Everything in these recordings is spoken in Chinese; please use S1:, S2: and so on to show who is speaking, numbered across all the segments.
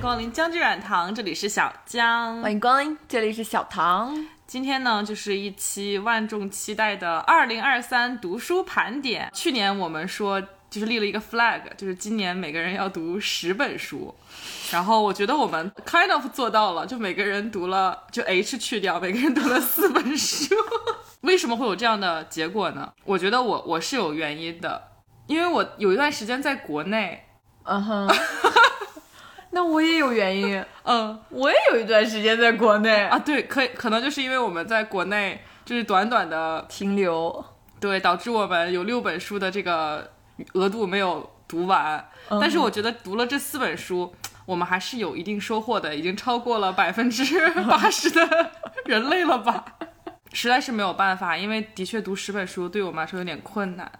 S1: 光临姜汁软糖，这里是小姜，
S2: 欢迎光临，这里是小唐。
S1: 今天呢，就是一期万众期待的二零二三读书盘点。去年我们说就是立了一个 flag，就是今年每个人要读十本书，然后我觉得我们 kind of 做到了，就每个人读了，就 H 去掉，每个人读了四本书。 为什么会有这样的结果呢？我觉得我我是有原因的，因为我有一段时间在国内，
S2: 嗯哼， 那我也有原因，
S1: 嗯。
S2: 我也有一段时间在国内
S1: 啊，对，可以可能就是因为我们在国内就是短短的
S2: 停留。
S1: 对，导致我们有六本书的这个额度没有读完。但是我觉得读了这四本书，我们还是有一定收获的，已经超过了百分之八十的人类了吧？ 实在是没有办法，因为的确读十本书对我们来说有点困难，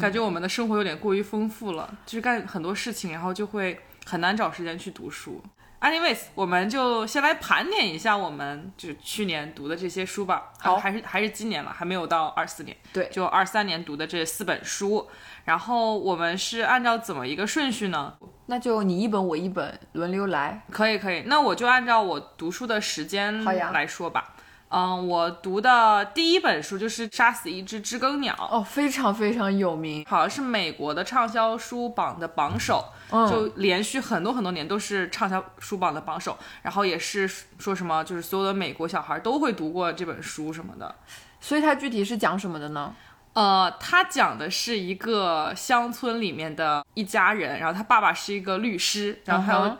S1: 感觉我们的生活有点过于丰富了，就是干很多事情，然后就会很难找时间去读书。Anyways，我们就先来盘点一下我们就是去年读的这些书吧。
S2: 好
S1: 啊还是还是今年嘛，还没有到二四年。
S2: 对
S1: 就二三年读的这四本书。然后我们是按照怎么一个顺序呢？
S2: 那就你一本我一本轮流来。
S1: 可以，可以。那我就按照我读书的时间
S2: 好呀
S1: 来说吧。嗯，我读的第一本书就是《杀死一只知更鸟》，
S2: 哦，非常非常有名。
S1: 好像是美国的畅销书榜的榜首，
S2: 嗯
S1: 就连续很多很多年都是畅销书榜的榜首，然后也是说什么就是所有的美国小孩都会读过这本书什么的。
S2: 所以它具体是讲什么的呢？
S1: 呃，他讲的是一个乡村里面的一家人，然后他爸爸是一个律师，然后还
S2: 嗯
S1: 有
S2: 哼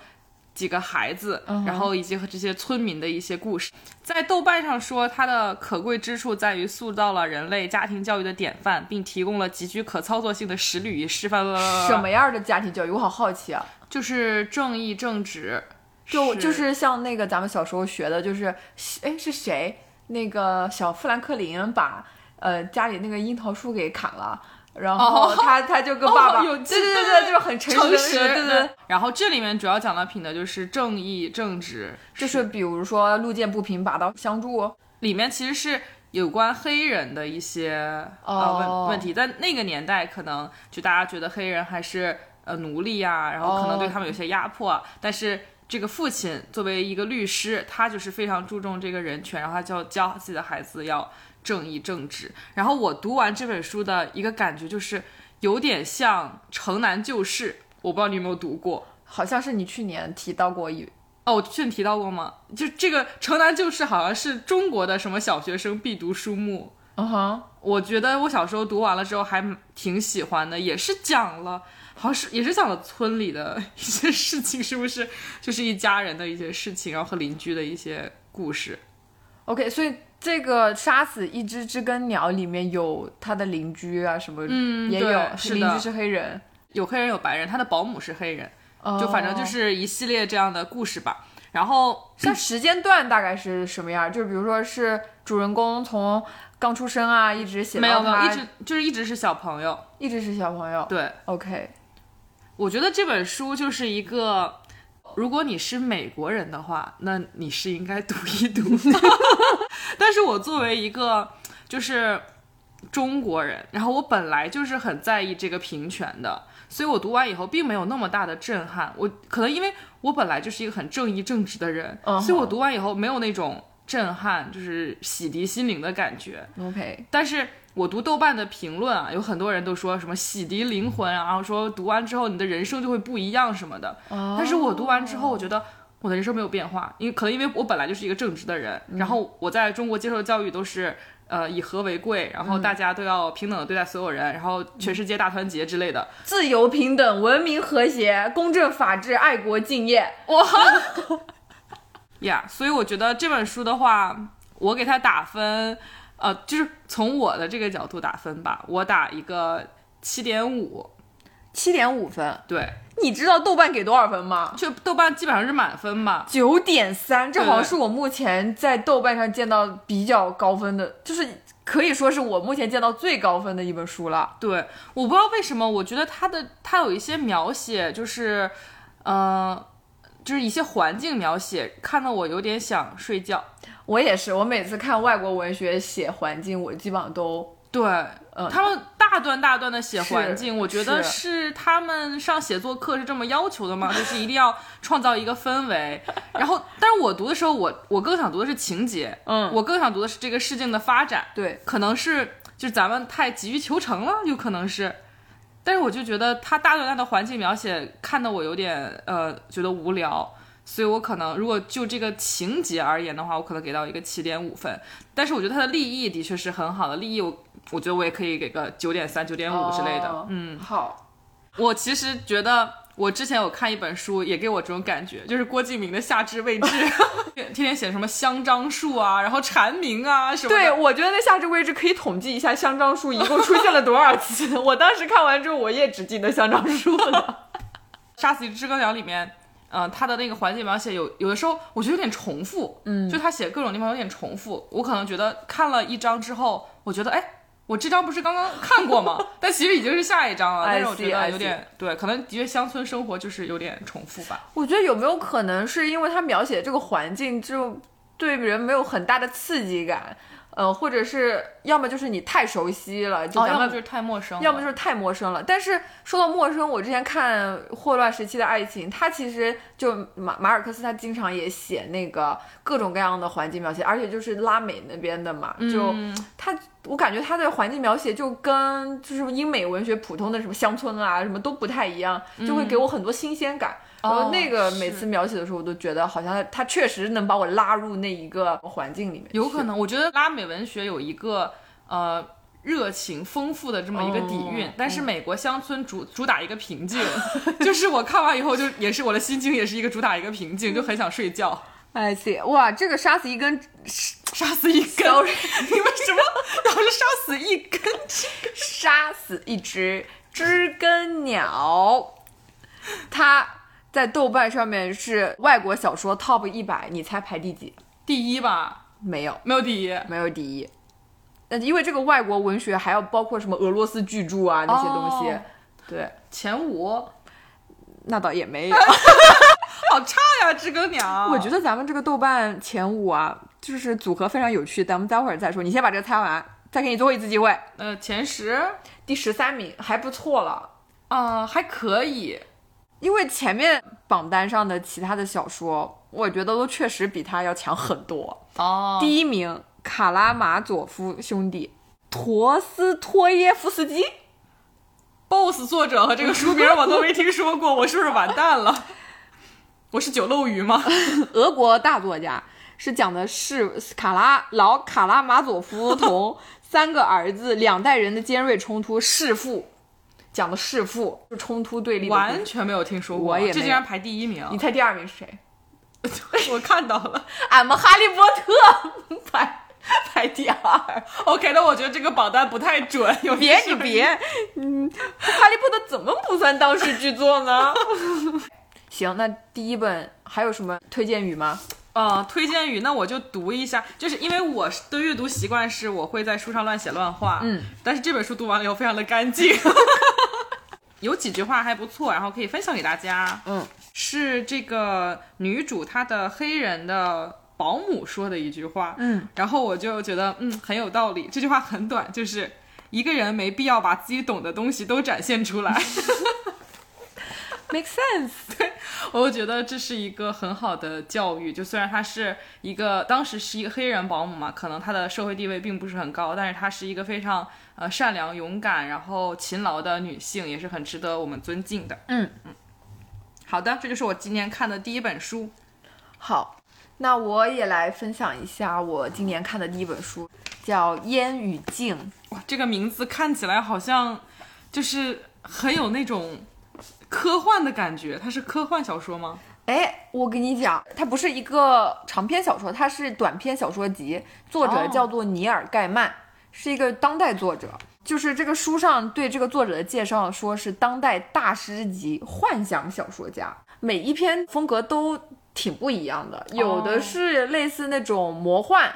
S1: 几个孩子
S2: 嗯哼
S1: 然后以及和这些村民的一些故事。在豆瓣上说，它的可贵之处在于塑造了人类家庭教育的典范，并提供了极具可操作性的实例与示范。
S2: 什么？样的家庭教育？我好好奇啊！
S1: 就是正义正直，
S2: 哦就是就是像那个咱们小时候学的，就是哎是谁那个小富兰克林把呃家里那个樱桃树给砍了，然后
S1: 哦
S2: 他、他就跟爸爸、
S1: 有
S2: 对
S1: 记
S2: 对对
S1: 得
S2: 对，就是很诚
S1: 诚
S2: 的嗯
S1: 实。
S2: 对对对，。
S1: 然后这里面主要讲到品德就是正义正直，
S2: 就是比如说路见不平拔刀相助，
S1: 里面其实是有关黑人的一些、
S2: 哦
S1: 呃问问题，在那个年代可能就大家觉得黑人还是呃奴隶啊，然后可能对
S2: 哦
S1: 他们有些压迫啊、但是。这个父亲作为一个律师，他就是非常注重这个人权，然后他就教自己的孩子要正义正直。然后我读完这本书的一个感觉就是，有点像《城南旧事》，我不知道你有没有读过。
S2: 好像是你去年提到过一
S1: 哦，我之前提到过吗？就这个《城南旧事》好像是中国的什么小学生必读书目，
S2: 嗯哼，
S1: 我觉得我小时候读完了之后还挺喜欢的，也是讲了，好像是也是讲了村里的一些事情，是不是？就是一家人的一些事情，然后和邻居的一些故事。
S2: OK，所以这个杀死一只知更鸟里面有他的邻居啊什么，
S1: 嗯
S2: 也
S1: 对
S2: 有
S1: 是
S2: 邻
S1: 的
S2: 居是黑人，
S1: 有黑人有白人，他的保姆是黑人，就
S2: 就
S1: 反正就是一系列这样的故事吧。然后
S2: 像时间段大概是什么样儿？就是比如说是主人公从刚出生啊，一直写
S1: 没有
S2: 到
S1: 没有，
S2: 他
S1: 一直就是一直是小朋友。
S2: 一直是小朋友。
S1: 对，
S2: OK，
S1: 我觉得这本书就是一个，如果你是美国人的话，那你是应该读一读。 但是我作为一个就是中国人，然后我本来就是很在意这个平权的，所以我读完以后并没有那么大的震撼。我可能因为我本来就是一个很正义正直的人
S2: 嗯哼
S1: 所以我读完以后没有那种震撼，就是洗涤心灵的感觉。
S2: OK，
S1: 但是我读豆瓣的评论啊，有很多人都说什么洗涤灵魂啊，然后说读完之后你的人生就会不一样什么的。
S2: 哦
S1: 但是我读完之后，我觉得我的人生没有变化，因为可能因为我本来就是一个正直的人，然后我在中国接受的教育都是。呃，以和为贵，然后大家都要平等的对待所有人，然后全世界大团结之类的。
S2: 自由、平等、文明、和谐、公正、法治、爱国、敬业。
S1: 呀所以我觉得这本书的话，我给它打分，呃，就是从我的这个角度打分吧，我打一个七点五。
S2: 七点五分，
S1: 对，
S2: 你知道豆瓣给多少分吗？
S1: 就豆瓣基本上是满分吧。
S2: 九点三，这
S1: 对
S2: 好像是我目前在豆瓣上见到比较高分的，就是可以说是我目前见到最高分的一本书了。
S1: 对，我不知道为什么，我觉得他的他有一些描写，就是，呃，就是一些环境描写，看得我有点想睡觉。
S2: 我也是，我每次看外国文学写环境，我基本上都
S1: 对，
S2: 嗯
S1: 他们大段大段的写环境，
S2: 是
S1: 我觉得是他们上写作课是这么要求的吗？就是一定要创造一个氛围。然后，但是我读的时候，我我更想读的是情节，
S2: 嗯
S1: 我更想读的是这个事情的发展，
S2: 对，
S1: 可能是就是咱们太急于求成了，有可能是。但是我就觉得他大段大的环境描写看得我有点呃觉得无聊，所以我可能如果就这个情节而言的话，我可能给到一个七点五分。但是我觉得他的立意的确是很好的，立意我我觉得我也可以给个九点三、九点五之类的。
S2: 哦
S1: 嗯，
S2: 好，
S1: 我其实觉得我之前有看一本书，也给我这种感觉，就是郭敬明的下肢位置， 天天写什么香樟树啊，然后蝉鸣啊什么的。
S2: 对，我觉得那夏至位置可以统计一下香樟树一共出现了多少次。 我当时看完之后，我也只记得香樟树了。
S1: 《杀死一只知更鸟》里面，嗯、他的那个环境描写有有的时候我觉得有点重复，嗯，就他写各种地方有点重复。我可能觉得看了一章之后，我觉得哎，我这章不是刚刚看过 吗？但其实已经是下一章了。
S2: I
S1: 但是我觉
S2: see, I
S1: 得
S2: see
S1: 有点对，可能的确乡村生活就是有点重复吧。
S2: 我觉得有没有可能是因为他描写这个环境就对人没有很大的刺激感，呃，或者是要么就是你太熟悉了，就咱
S1: 要么
S2: 们
S1: 就是太陌生了，
S2: 哦要么就是太陌生了。但是说到陌生，我之前看《霍乱时期的爱情》，他其实就马马尔克斯，他经常也写那个各种各样的环境描写，而且就是拉美那边的嘛，就
S1: 嗯
S2: 他，我感觉他的环境描写就跟就是英美文学普通的什么乡村啊什么都不太一样，就会给我很多新鲜感。然
S1: 嗯哦
S2: 后那个
S1: 是
S2: 每次描写的时候，我都觉得好像他他确实能把我拉入那一个环境里面去，
S1: 有可能，我觉得拉美文学有一个呃热情丰富的这么一个底蕴，
S2: 哦
S1: 但是美国乡村主主打一个平静， 就是我看完以后就也是我的心情也是一个主打一个平静，就很想睡觉。
S2: I see，哇，这个杀死一根
S1: 杀死一根
S2: Sorry
S1: 你为什么老是杀死一根？
S2: 杀死一只知更鸟，它在豆瓣上面是外国小说 Top 一百，你猜排第几？
S1: 第一吧，
S2: 没有，
S1: 没有第一。
S2: 没有第一。那因为这个外国文学还要包括什么俄罗斯巨著啊那些东西，
S1: 哦
S2: 对，
S1: 前五，
S2: 那倒也没有。
S1: 好差呀，知更鸟。
S2: 我觉得咱们这个豆瓣前五啊，就是组合非常有趣，咱们待会儿再说。你先把这个猜完，再给你最后一次机会。
S1: 呃，前十，
S2: 第十三名还不错了。
S1: 啊、还可以。
S2: 因为前面榜单上的其他的小说，我觉得都确实比它要强很多。
S1: 哦
S2: 第一名《卡拉马佐夫兄弟》，陀思妥耶夫斯基，
S1: boss 作者和这个书名我都没听说过，我是不是完蛋了？我是九漏鱼 吗？
S2: 俄国大作家，是讲的是卡拉老卡拉马佐夫同三个儿子两代人的尖锐冲突，弑父，讲的弑父，就冲突对立的故事。
S1: 完全没有听说过，啊
S2: 我也没有
S1: 这竟然排第一名，
S2: 你猜第二名是谁？
S1: 我看到了。
S2: 俺们哈利波特 排排第二。
S1: OK，那我觉得这个榜单不太准，有
S2: 别
S1: 些
S2: 你
S1: 是
S2: 别，嗯，哈利波特怎么不算当时巨作呢？ 行，那第一本还有什么推荐语吗？
S1: 呃，推荐语那我就读一下，就是因为我是的阅读习惯是我会在书上乱写乱画，
S2: 嗯，
S1: 但是这本书读完了以后非常的干净， 有几句话还不错，然后可以分享给大家，
S2: 嗯，
S1: 是这个女主她的黑人的保姆说的一句话，
S2: 嗯，
S1: 然后我就觉得嗯很有道理，这句话很短，就是一个人没必要把自己懂的东西都展现出来，
S2: ，make sense。
S1: 我觉得这是一个很好的教育，就虽然她是一个当时是一个黑人保姆嘛，可能她的社会地位并不是很高，但是她是一个非常呃善良、勇敢，然后勤劳的女性，也是很值得我们尊敬的。
S2: 嗯
S1: 嗯，好的，这就是我今年看的第一本书。
S2: 好，那我也来分享一下我今年看的第一本书，叫《烟与静》。
S1: 哇，这个名字看起来好像就是很有那种科幻的感觉，它是科幻小说吗？
S2: 哎，我跟你讲，它不是一个长篇小说，它是短篇小说集，作者
S1: 哦
S2: 叫做尼尔盖曼，是一个当代作者。就是这个书上对这个作者的介绍，说是当代大师级幻想小说家，每一篇风格都挺不一样
S1: 哦
S2: 的，有的是类似那种魔幻，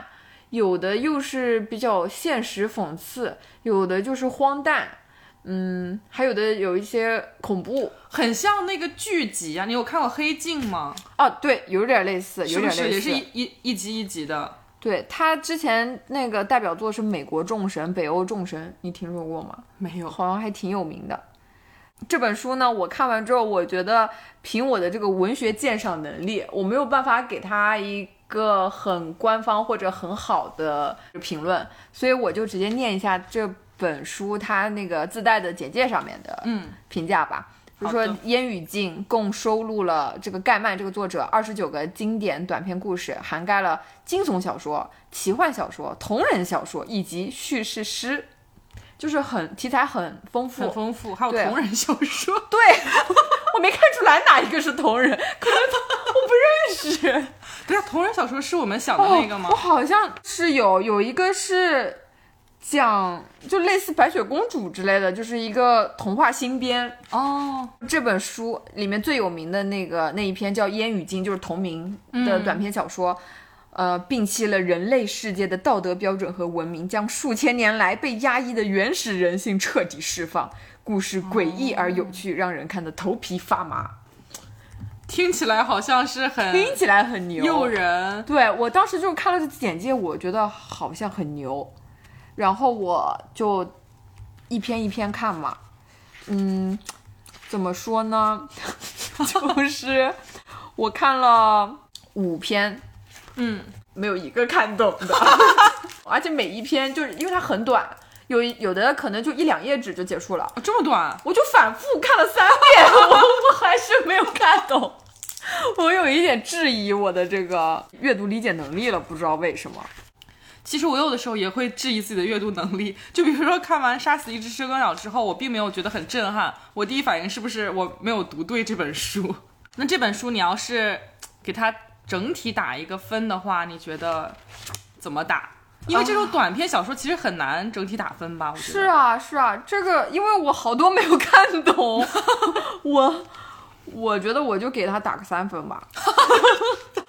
S2: 有的又是比较现实讽刺，有的就是荒诞，嗯，还有的有一些恐怖。
S1: 很像那个剧集啊，你有看过《黑镜》吗？
S2: 哦，对，有点类似，有
S1: 是不
S2: 点类似，
S1: 是也是一一一集一集的？
S2: 对他之前那个代表作是美国众神、北欧众神，你听说过吗？
S1: 没有，
S2: 好像还挺有名的。这本书呢，我看完之后，我觉得凭我的这个文学鉴赏能力，我没有办法给他一个很官方或者很好的评论，所以我就直接念一下这本书它那个自带的简介上面的
S1: 嗯，
S2: 评价吧。比如说
S1: 好的
S2: 《烟雨镜》共收录了这个盖曼这个作者二十九个经典短篇故事，涵盖了惊悚小说、奇幻小说、同人小说以及叙事诗，就是很题材很丰富
S1: 很。丰富，还有
S2: 对
S1: 同人小说，
S2: 对， 我没看出来哪一个是同人，可能我不认识。
S1: 对啊，同人小说是我们想的那个吗
S2: 哦？我好像是有有一个是讲就类似白雪公主之类的，就是一个童话新编。
S1: 哦，
S2: 这本书里面最有名的那个那一篇叫《烟雨经》，就是同名的
S1: 嗯
S2: 短篇小说。呃，摒弃了人类世界的道德标准和文明，将数千年来被压抑的原始人性彻底释放。故事诡异而有
S1: 哦
S2: 趣，让人看得头皮发麻。
S1: 听起来好像是很
S2: 听起来很牛，
S1: 诱人，
S2: 对我当时就是看了这简介，我觉得好像很牛，然后我就一篇一篇看嘛，嗯，怎么说呢？ 就是我看了五篇，
S1: 嗯，
S2: 没有一个看懂的， 而且每一篇就是因为它很短，有有的可能就一两页纸就结束了，
S1: 哦这么短，
S2: 我就反复看了三遍，我我还是没有看懂。 我有一点质疑我的这个阅读理解能力了，不知道为什么。
S1: 其实我有的时候也会质疑自己的阅读能力，就比如说看完《杀死一只知更鸟》之后，我并没有觉得很震撼，我第一反应是不是我没有读对这本书？ 那这本书你要是给它整体打一个分的话，你觉得怎么打？因为这种短篇小说其实很难整体打分吧？我觉得
S2: 是啊，是啊，这个因为我好多没有看懂， 我我觉得我就给他打个三分吧。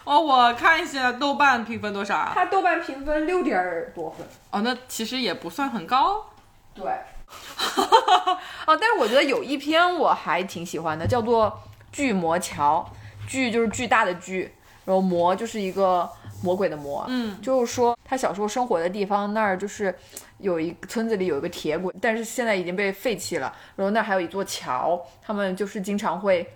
S1: 哦，我看一下豆瓣评分多少啊？
S2: 他豆瓣评分六点多分，
S1: 哦，那其实也不算很高。
S2: 对。哦，但是我觉得有一篇我还挺喜欢的，叫做《巨魔桥》，巨就是巨大的巨，然后魔就是一个魔鬼的魔，
S1: 嗯，
S2: 就是说他小时候生活的地方那儿就是有一村子里有一个铁轨，但是现在已经被废弃了，然后那儿还有一座桥，他们就是经常会。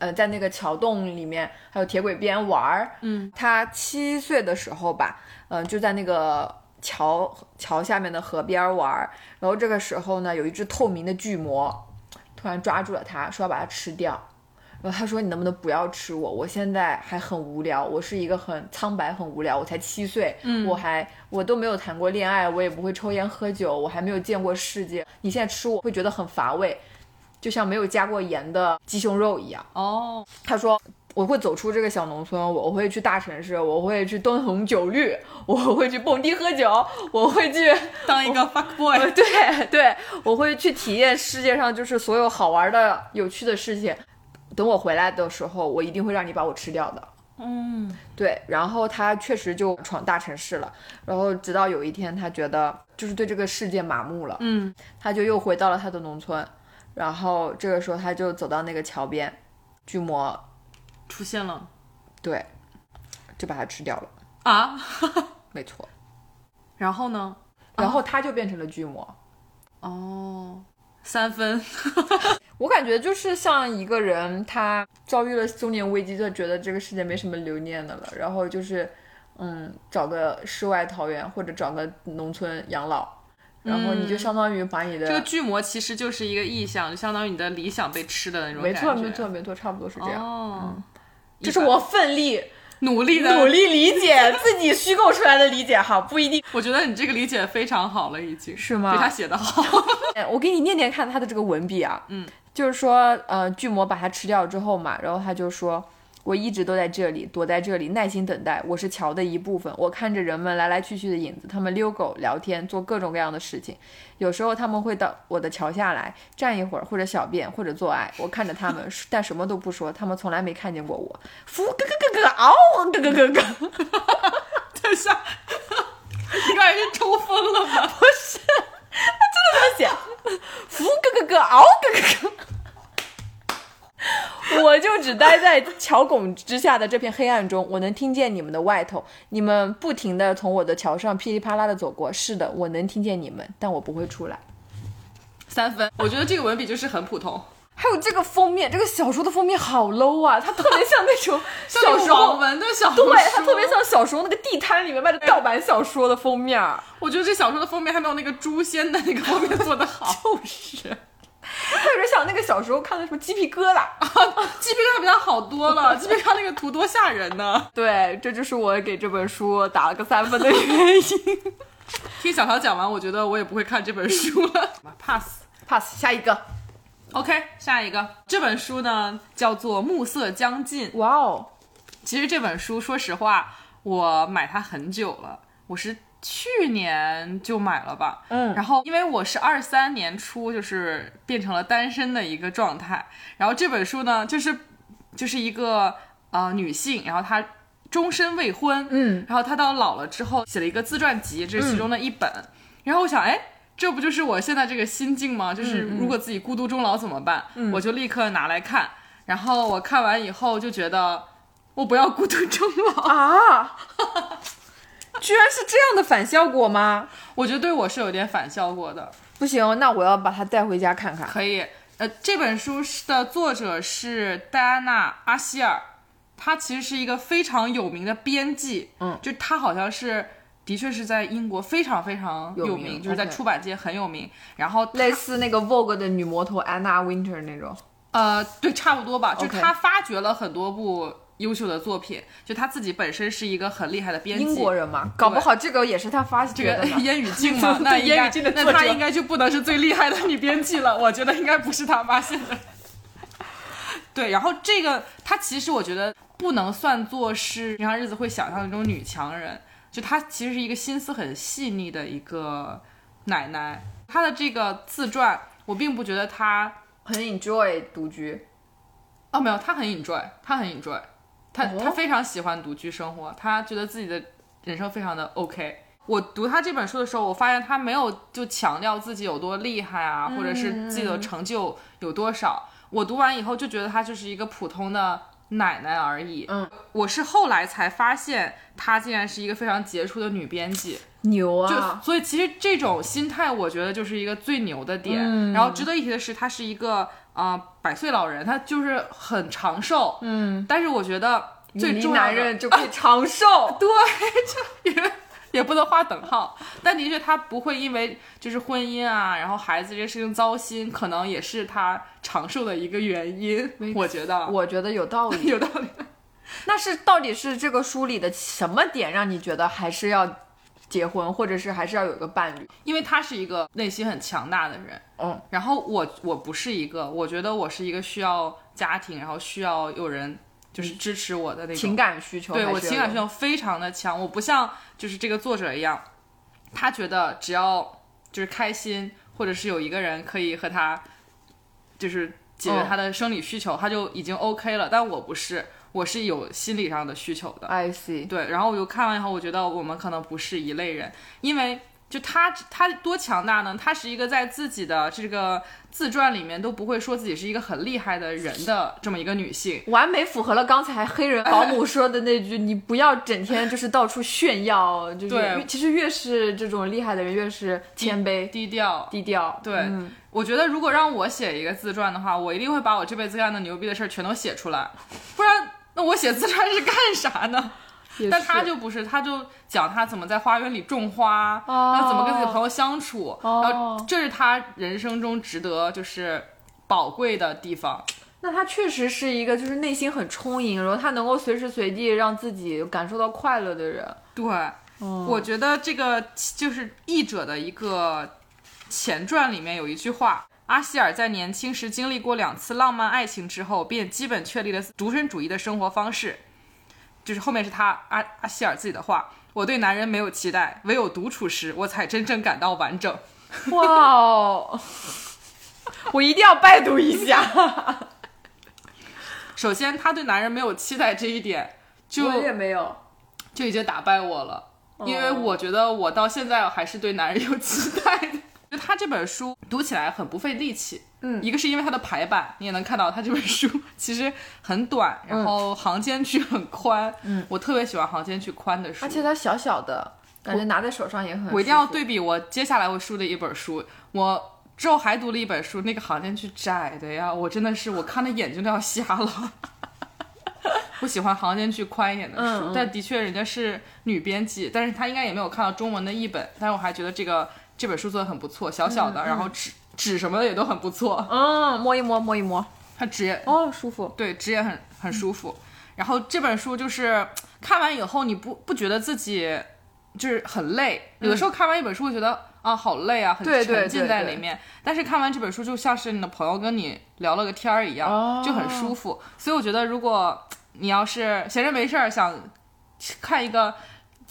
S2: 呃，在那个桥洞里面，还有铁轨边玩儿。
S1: 嗯，
S2: 他七岁的时候吧，嗯、就在那个桥桥下面的河边儿玩儿。然后这个时候呢，有一只透明的巨魔突然抓住了他，说要把它吃掉。然后他说：“你能不能不要吃我？我现在还很无聊，我是一个很苍白、很无聊，我才七岁，
S1: 嗯
S2: 我还我都没有谈过恋爱，我也不会抽烟喝酒，我还没有见过世界。你现在吃我会觉得很乏味，就像没有加过盐的鸡胸肉一样。”
S1: 哦，
S2: 他说：“我会走出这个小农村，我会去大城市，我会去灯红酒绿，我会去蹦迪喝酒，我会去
S1: 当一个 fuck boy，
S2: 呃对 对，我会去体验世界上就是所有好玩的、有趣的事情。等我回来的时候，我一定会让你把我吃掉的。
S1: 嗯，
S2: 对，然后他确实就闯大城市了。然后直到有一天，他觉得就是对这个世界麻木了，
S1: 嗯，
S2: 他就又回到了他的农村。然后这个时候，他就走到那个桥边，巨魔
S1: 出现了
S2: 对，就把它吃掉了，
S1: 啊，
S2: 没错。
S1: 然后呢？
S2: 然后他就变成了巨魔。
S1: 哦，三分，
S2: 我感觉就是像一个人，他遭遇了中年危机，就觉得这个世界没什么留念的了，然后就是，嗯，找个世外桃源或者找个农村养老，然后你就相当于把你的，
S1: 嗯这个巨魔其实就是一个意象，就相当于你的理想被吃的那种
S2: 没
S1: 感觉。
S2: 错没错没错，差不多是这样。嗯
S1: 哦，
S2: 这是我奋力
S1: 努力的
S2: 努。力理解自己虚构出来的理解哈，不一定。
S1: 我觉得你这个理解非常好了，已经
S2: 是吗
S1: 比他写的好。
S2: 哎我给你念念看他的这个文笔啊，
S1: 嗯，
S2: 就是说，呃，巨魔把它吃掉之后嘛，然后他就说，我一直都在这里，躲在这里，耐心等待。我是桥的一部分，我看着人们来来去去的影子，他们遛狗、聊天，做各种各样的事情。有时候他们会到我的桥下来站一会儿，或者小便，或者做爱。我看着他们，但什么都不说，他们从来没看见过我。 服，咯咯咯咯，嗷，咯咯咯咯。
S1: 等一下，你感觉抽风了吧？
S2: 写，福哥哥哥，嗷哥哥哥。我就就只待在桥拱之下的这片黑暗中，我能听见你们的外头，你们不停的从我的桥上噼里啪啦的走过。是的，我能听见你们，但我不会出来。
S1: 三分，我觉得这个文笔就是很普通，
S2: 还有这个封面，这个小说的封面好 low 啊！它特别像那种
S1: 像那
S2: 小
S1: 种
S2: 时候
S1: 网，文的小
S2: 对
S1: 说，，
S2: 它特别。像小时候那个地摊里面卖的盗版小说的封面儿。
S1: 我觉得这小说的封面还没有那个诛仙的那个封面做得 好，
S2: 就是，特别像那个小时候看的什么鸡皮疙瘩。
S1: 鸡皮疙瘩比它好多了，鸡皮疙瘩那个图多吓人呢。
S2: 对，这就是我给这本书打了个三分的原因。
S1: 听小乔讲完，我觉得我也不会看这本书了，pass。
S2: pass 下一个。
S1: OK，下一个这本书呢叫做《暮色将近》。
S2: 哇哦，
S1: 其实这本书，说实话，我买它很久了，我是去年就买了吧。
S2: 嗯
S1: 然后因为我是二三年初，就是变成了单身的一个状态。然后这本书呢，就是就是一个呃女性，然后她终身未婚，
S2: 嗯，
S1: 然后她到老了之后写了一个自传集，这是其中的一本。然后我想，哎。这不就是我现在这个心境吗？就是如果自己孤独终老怎么办？我就立刻拿来看。然后我看完以后就觉得，我不要孤独终老。
S2: 啊，居然是这样的反效果吗？
S1: 我觉得对我是有点反效果的。
S2: 不行，那我要把它带回家看看。
S1: 可以，呃，这本书是的作者是戴安娜·阿希尔，她其实是一个非常有名的编辑，
S2: 嗯，
S1: 就她好像是。的确是在英国非常非常
S2: 有
S1: 有
S2: 名
S1: 就是在
S2: OK
S1: 出版界很有名。然后
S2: 类似那个 Vogue 的女魔头 Anna Winter 那种。
S1: 呃，对，差不多吧。就
S2: OK
S1: 他发掘了很多部优秀的作品，就他自己本身是一个很厉害的编辑。
S2: 英国人嘛，搞不好这个也是他发
S1: 这
S2: 掘
S1: 个
S2: 的呢。，
S1: 烟雨镜嘛
S2: 对
S1: 那应该
S2: 烟雨镜的作
S1: 那
S2: 者
S1: 她应该就不能是最厉害的女编辑了，我觉得应该不是她发现的。 对，然后这个她其实我觉得不能算作是平常日子会想象的那种女强人，就她其实是一个心思很细腻的一个奶奶。她的这个自传，我并不觉得她
S2: 很 enjoy 独居。
S1: 哦，没有，他很 enjoy，他很 enjoy，他、
S2: 哦
S1: 他非常喜欢独居生活，他觉得自己的人生非常的 OK。我读他这本书的时候，我发现他没有就强调自己有多厉害啊，或者是自己
S2: 嗯
S1: 的成就有多少。我读完以后就觉得他就是一个普通的奶奶而已。
S2: 嗯，
S1: 我是后来才发现她竟然是一个非常杰出的女编辑。
S2: 牛
S1: 就
S2: 啊！
S1: 所以其实这种心态，我觉得就是一个最牛的点。
S2: 嗯
S1: 然后值得一提的是，他是一个啊、呃百岁老人，他就是很长寿。
S2: 嗯，
S1: 但是我觉得最
S2: 远离
S1: 重要
S2: 男
S1: 的
S2: 人就可以长 寿。
S1: 也不能画等号，但的确他不会因为就是婚姻啊，然后孩子这些事情糟心，可能也是他长寿的一个原因。我觉得
S2: 我觉得有道理。
S1: 啊 有道理。
S2: 那是到底是这个书里的什么点让你觉得还是要结婚，或者是还是要有一个伴侣？
S1: 因为他是一个内心很强大的人，
S2: 嗯，
S1: 然后我我不是一个，我觉得我是一个需要家庭，然后需要有人
S2: 嗯
S1: 就是支持我的那种
S2: 情，感需求还是
S1: 对
S2: 有的，
S1: 我情感需求非常的强，我不像就是这个作者一样，他觉得只要就是开心，或者是有一个人可以和他就是解决
S2: 嗯
S1: 他的生理需求，他就已经 OK 了，但我不是，我是有心理上的需求的，
S2: I see，
S1: 对，然后我就看完以后，我觉得我们可能不是一类人，因为就他他多强大呢？他是一个在自己的这个自传里面都不会说自己是一个很厉害的人的这么一个女性。
S2: 完美符合了刚才黑人保姆说的那句：“ 你不要整天就是到处炫耀。”就是
S1: 对
S2: 越其实越是这种厉害的人，越是谦卑
S1: 低调，
S2: 低调。
S1: 对
S2: 嗯
S1: 我觉得如果让我写一个自传的话，我一定会把我这辈子干的牛逼的事儿全都写出来， 不然那我写自传是干啥 呢？
S2: 也
S1: 但他
S2: 是
S1: 就不是，他就讲他怎么在花园里种花，然后怎么跟自己的朋友相处，
S2: 哦
S1: 然后这是他人生中值得就是宝贵的地方。
S2: 那他确实是一个就是内心很充盈，然后他能够随时随地让自己感受到快乐的人。
S1: 对，
S2: 嗯
S1: 我觉得这个就是译者的一个前传里面有一句话。阿希尔在年轻时经历过两次浪漫爱情之后，便基本确立了独身主义的生活方式。就是后面是他阿阿希尔自己的话：“我对男人没有期待，唯有独处时，我才真正感到完整。”
S2: 哇哦！ 我一定要拜读一下。
S1: 首先，他对男人没有期待这一点，就
S2: 我也没有。
S1: 就已经打败我了，因为我觉得 我到现在还是对男人有期待的。就他这本书读起来很不费力气，嗯，一个是因为它的排版，你也能看到它这本书 其实很短，然后行间距很宽。嗯，我特别喜欢行间距宽的书，
S2: 而且它小小的，感觉拿在手上也很。
S1: 我一定要对比我接下来会书的一本书，我。之后还读了一本书，那个行间距窄的呀，我真的是我看的眼睛都要瞎了。 我喜欢行间距宽一点的书，
S2: 嗯嗯
S1: 但的确人家是女编辑，但是她应该也没有看到中文的译本，但是我还觉得这个这本书做的很不错，小小的，然后纸纸什么的也都很不错，
S2: 嗯，摸一摸，摸一摸，
S1: 它纸也
S2: 哦，舒服。
S1: 对纸也很很舒服。然后这本书就是看完以后，你不不觉得自己就是很累，有的时候看完一本书会觉得啊好累啊，很
S2: 嗯对对
S1: 沉浸
S2: 对
S1: 在
S2: 对
S1: 里面。但是看完这本书，就像是你的朋友跟你聊了个天儿一样，
S2: 哦
S1: 就很舒服。所以我觉得，如果你要是闲着没事儿想看一个。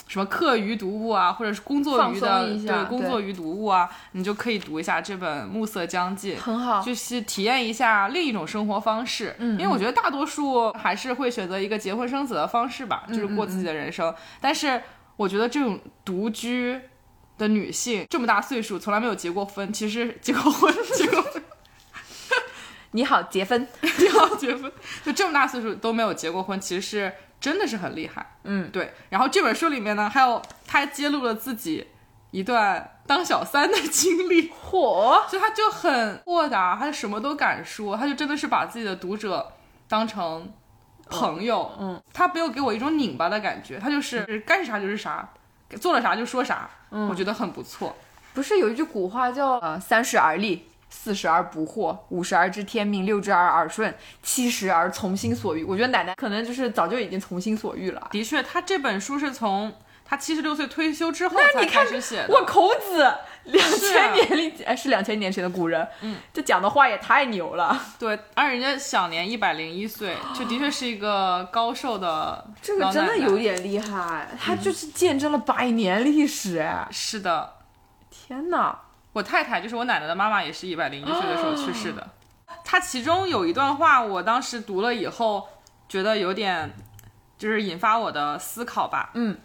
S1: 什么课余读物啊，或者是工作余
S2: 放
S1: 的
S2: 松一下
S1: 对工
S2: 对
S1: 作余读物啊，你就可以读一下这本《暮色将近》，
S2: 哦很好，
S1: 就是体验一下另一种生活方式。
S2: 嗯
S1: 因为我觉得大多数还是会选择一个结婚生子的方式吧，就是过自己的人
S2: 嗯
S1: 生。但是我觉得这种独居的女性，这么大岁数从来没有结过婚，其实结过婚结过婚
S2: 你好，结婚。
S1: 结过结婚，就这么大岁数都没有结过婚，其实是真的是很厉害。
S2: 嗯，
S1: 对。然后这本书里面呢，还有她揭露了自己一段当小三的经历。
S2: 嚯，
S1: 所以他就很豁达，他什么都敢说，他就真的是把自己的读者当成朋友。
S2: 嗯嗯嗯
S1: 他没有给我一种拧巴的感觉，他就是干啥就是啥，做了啥就说啥，我觉得很不错。
S2: 不是有一句古话叫呃三十而立，四十而不惑，五十而知天命，六十而耳顺，七十而从心所欲。我觉得奶奶可能就是早就已经从心所欲了。
S1: 的确，他这本书是从他七十六岁退休之后
S2: 那
S1: 才
S2: 你看
S1: 开始写的。
S2: 我孔子两
S1: 是啊
S2: 千年里哎是两千年前的古人，嗯，这讲的话也太牛了。
S1: 对，而人家享年一百零一岁，就的确是一个高寿的
S2: 这个
S1: 老
S2: 真的
S1: 奶奶
S2: 有点厉害，他就是见证了百年历史哎！
S1: 是的。
S2: 天哪，
S1: 我太太就是我奶奶的妈妈，也是一百零一岁的时候去世的。她其中有一段话，我当时读了以后，觉得有点就是引发我的思考吧。
S2: 嗯，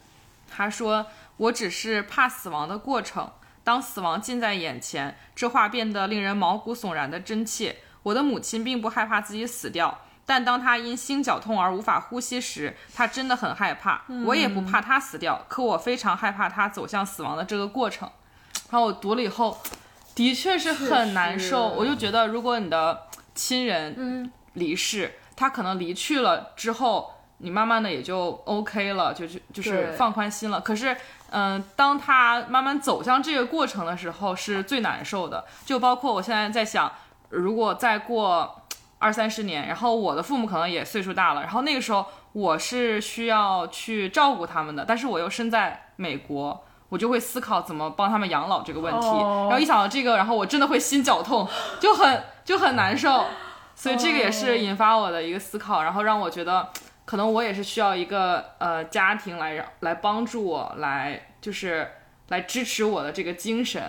S1: 她说：“我只是怕死亡的过程，当死亡近在眼前，这话变得令人毛骨悚然的真切。我的母亲并不害怕自己死掉。”但当她因心绞痛而无法呼吸时，她真的很害怕。
S2: 嗯
S1: 我也不怕她死掉，可我非常害怕她走向死亡的这个过程。然后我读了以后，的确是很难受。
S2: 确实
S1: 我就觉得，如果你的亲人离世，他可能离去了之后，你慢慢的也就 OK 了，就是就是
S2: 对
S1: 放宽心了。可是，嗯、当他慢慢走向这个过程的时候，是最难受的。就包括我现在在想，如果再过二三十年，然后我的父母可能也岁数大了，然后那个时候我是需要去照顾他们的，但是我又身在美国。我就会思考怎么帮他们养老这个问题
S2: 哦
S1: 然后一想到这个，然后我真的会心绞痛，就很就很难受。所以这个也
S2: 哦
S1: 是引发我的一个思考，然后让我觉得，可能我也是需要一个呃家庭来让来帮助我，来就是来支持我的这个精神。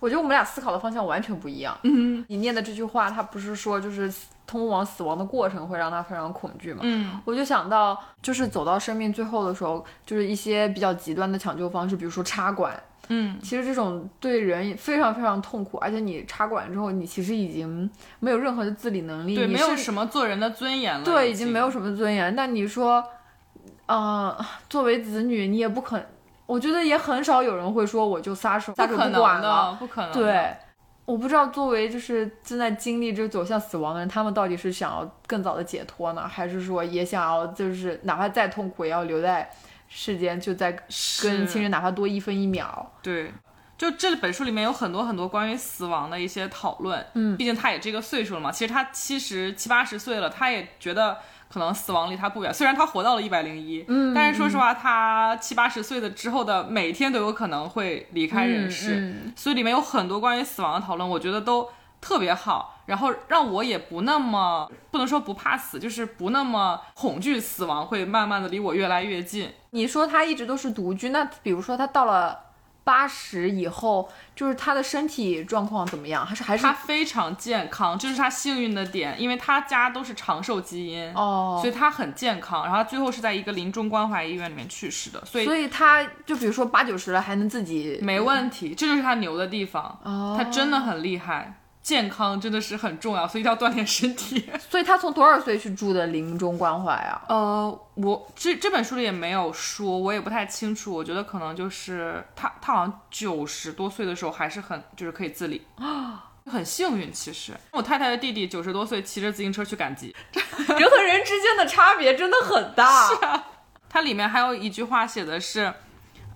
S2: 我觉得我们俩思考的方向完全不一样。嗯，你念的这句话，它不是说就是通往死亡的过程会让他非常恐惧吗？
S1: 嗯，
S2: 我就想到，就是走到生命最后的时候，就是一些比较极端的抢救方式，比如说插管。
S1: 嗯，
S2: 其实这种对人非常非常痛苦，而且你插管之后，你其实已经没有任何的自理能力，
S1: 对，
S2: 你
S1: 没有
S2: 甚
S1: 什么做人的尊严了，
S2: 对，已经没有什么尊严。那你说，嗯、作为子女，你也不肯，我觉得也很少有人会说我就撒手
S1: 不
S2: 撒手
S1: 可
S2: 不
S1: 能
S2: 管了。
S1: 的，不嗯可能的。
S2: 对，我不知道作为就是正在经历这走向死亡的人，他们到底是想要更早的解脱呢，还是说也想要就是哪怕再痛苦也要留在世间，就在
S1: 是，
S2: 跟亲人哪怕多一分一秒。
S1: 对，就这本书里面有很多很多关于死亡的一些讨论。
S2: 嗯
S1: 毕竟他也这个岁数了嘛，其实他七十七八十岁了，他也觉得可能死亡离他不远。虽然他活到了一百零一，
S2: 嗯
S1: 但是说实话，他七八十岁的之后的每天都有可能会离开人世，
S2: 嗯
S1: 所以里面有很多关于死亡的讨论，我觉得都特别好。然后让我也不那么不能说不怕死，就是不那么恐惧死亡，会慢慢的离我越来越近。
S2: 你说他一直都是独居，那比如说他到了八十以后，就是他的身体状况怎么样？还是还是
S1: 他非常健康，这是他幸运的点，因为他家都是长寿基因，
S2: 哦
S1: 所以他很健康。然后他最后是在一个临终关怀医院里面去世的，所以
S2: 所以他就比如说八九十了还能自己
S1: 没问题，这就是他牛的地方，
S2: 哦
S1: 他真的很厉害。健康真的是很重要，所以一定要锻炼身体。
S2: 所以他从多少岁去住的临终关怀啊？
S1: 呃，我这这本书里也没有说，我也不太清楚。我觉得可能就是他，他好像九十多岁的时候还是很就是可以自理 啊，很幸运。其实我太太的弟弟九十多岁骑着自行车去赶集，
S2: 人和人之间的差别真的很大。
S1: 它里面还有一句话写的是，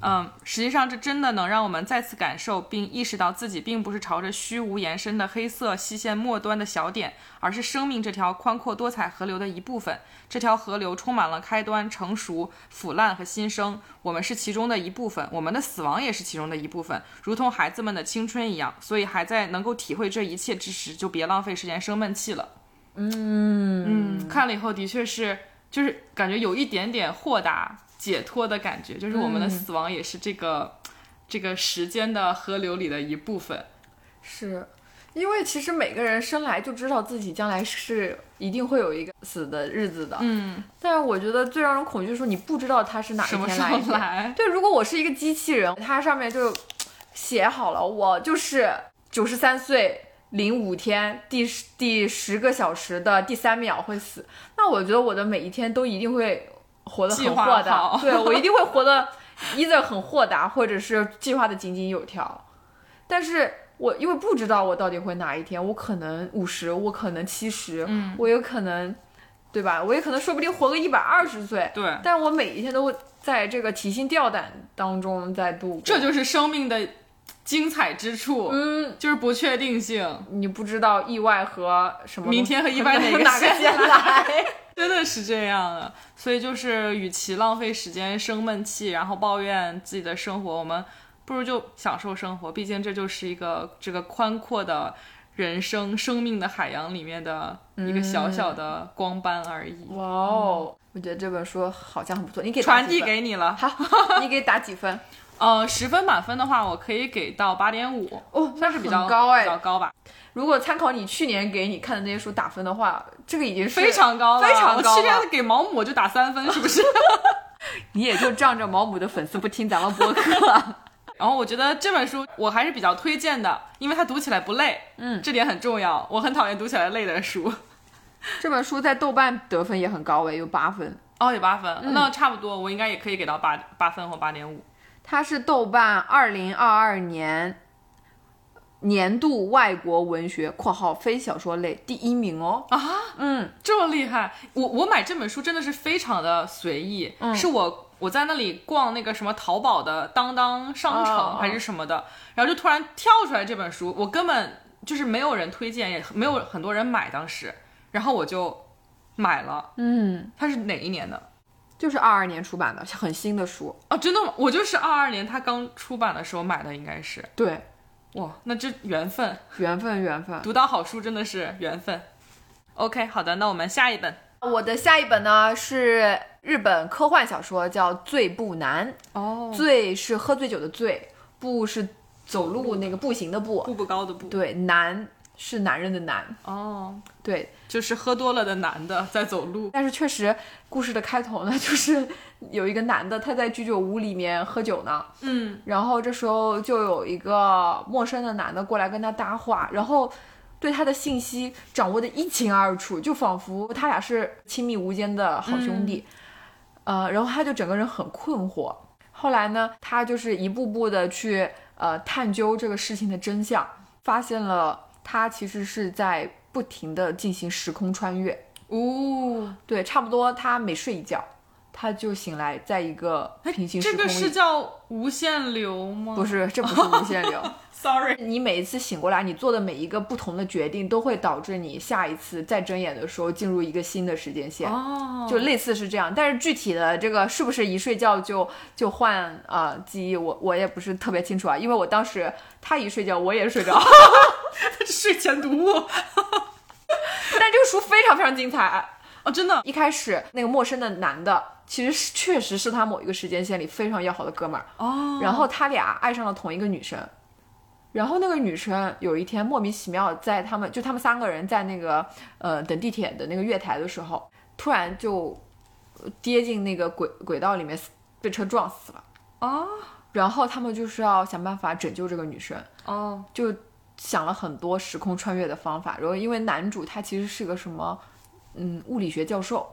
S1: 嗯，实际上这真的能让我们再次感受并意识到自己并不是朝着虚无延伸的黑色细线末端的小点，而是生命这条宽阔多彩河流的一部分。这条河流充满了开端、成熟、腐烂和新生，我们是其中的一部分，我们的死亡也是其中的一部分，如同孩子们的青春一样。所以还在能够体会这一切之时，就别浪费时间生闷气了。嗯，看了以后的确是，就是感觉有一点点豁达、解脱的感觉，就是我们的死亡也是这
S2: 嗯
S1: 个、这个时间的河流里的一部分。
S2: 是因为其实每个人生来就知道自己将来是一定会有一个死的日子的，
S1: 嗯，
S2: 但是我觉得最让人恐惧的是你不知道他是哪一
S1: 什么
S2: 天
S1: 时
S2: 来
S1: 候
S2: 的。
S1: 来？
S2: 对，如果我是一个机器人，它上面就写好了，我就是九十三岁零五天第十第十个小时的第三秒会死，那我觉得我的每一天都一定会活得
S1: 计
S2: 很
S1: 划
S2: 豁达
S1: 好，
S2: 对我一定会活得 either 很豁达，或者是计划的井井有条，但是。我因为不知道我到底会哪一天，我可能五十，我可能七十、
S1: 嗯
S2: 我有可能，对吧？我也可能说不定活个一百二十岁，
S1: 对，
S2: 但我每一天都会在这个提心吊胆当中在度过。
S1: 这就是生命的精彩之处，
S2: 嗯，
S1: 就是不确定性。
S2: 你不知道意外和什么
S1: 明天和
S2: 意
S1: 意外
S2: 哪
S1: 个
S2: 哪个
S1: 先
S2: 先来。
S1: 真的是这样的，所以就是，与其浪费时间生闷气，然后抱怨自己的生活，我们不如就享受生活。毕竟这就是一个这个宽阔的人生、生命的海洋里面的一个小小
S2: 嗯
S1: 的光斑而已。
S2: 哇哦，我觉得这本书好像很不错，你给打
S1: 传
S2: 几
S1: 递
S2: 分
S1: 给你了，
S2: 好，你给打几分？
S1: 呃，十分满分的话，我可以给到八点五，
S2: 哦，
S1: 算是比较
S2: 很高哎
S1: 比较高吧，
S2: 如果参考你去年给你看的那些书打分的话，这个已经是
S1: 非常高了，
S2: 非常高
S1: 我去
S2: 了
S1: 年给毛姆我就打三分，是不是？
S2: 你也就仗着毛姆的粉丝不听咱们 播客，
S1: 然后我觉得这本书我还是比较推荐的，因为它读起来不累，
S2: 嗯，
S1: 这点很重要。我很讨厌读起来累的书。
S2: 这本书在豆瓣得分也很高哎，有八分。
S1: 哦，有八分，
S2: 嗯
S1: 那差不多，我应该也可以给到八八分或八点五。
S2: 它是豆瓣二零二二年年度外国文学（括号非小说类）第一名哦。啊，嗯，
S1: 这么厉害！我我买这本书真的是非常的随意，
S2: 嗯
S1: 是我我在那里逛那个什么淘宝的当当商
S2: 哦哦
S1: 城还是什么的，然后就突然跳出来这本书，我根本就是没有人推荐，也没有很多人买当时，然后我就买了。
S2: 嗯，
S1: 它是哪一年的？
S2: 就是二二年出版的，很新的书。
S1: 哦，真的吗？我就是二二年它刚出版的时候买的，应该是
S2: 对，
S1: 哇，那这缘分，
S2: 缘分，缘分。
S1: 读到好书真的是缘分。OK，好的，那我们下一本
S2: 我的下一本呢是日本科幻小说，叫《醉步男》。
S1: 哦，
S2: 醉是喝醉酒的醉，步是走路那个步行的步。
S1: 步步高的步
S2: 对，男是男人的男。
S1: 哦，
S2: 对，
S1: 就是喝多了的男的在走路，
S2: 但是确实，故事的开头呢，就是有一个男的他在居酒屋里面喝酒呢，
S1: 嗯，
S2: 然后这时候就有一个陌生的男的过来跟他搭话，然后对他的信息掌握的一清二楚，就仿佛他俩是亲密无间的好兄弟。
S1: 嗯
S2: 呃，然后他就整个人很困惑。后来呢，他就是一步步的去呃探究这个事情的真相，发现了他其实是在不停的进行时空穿越。
S1: 哦，
S2: 对，差不多他每睡一觉，他就醒来，在一个平行时
S1: 哎这
S2: 空
S1: 个
S2: 里。
S1: 是叫无限流吗？
S2: 不是，这不是无限流。
S1: ，sorry，
S2: 你每一次醒过来，你做的每一个不同的决定，都会导致你下一次再睁眼的时候进入一个新的时间 线，
S1: 哦，
S2: 就类似是这样。但是具体的这个是不是一睡觉就就换啊、呃记忆，我我也不是特别清楚啊，因为我当时他一睡觉我也睡着，
S1: 睡前读物
S2: 但这个书非常非常精彩。
S1: 哦，真的
S2: 一开始那个陌生的男的，其实是确实是他某一个时间线里非常要好的哥们儿，
S1: 哦，
S2: 然后他俩爱上了同一个女生，然后那个女生有一天莫名其妙在他们就他们三个人在那个呃等地铁的那个月台的时候，突然就呃跌进那个轨轨道里面死被车撞死了，
S1: 哦
S2: 然后他们就是要想办法拯救这个女生，
S1: 哦，
S2: 就想了很多时空穿越的方法。然后因为男主他其实是个什么，嗯，物理学教授，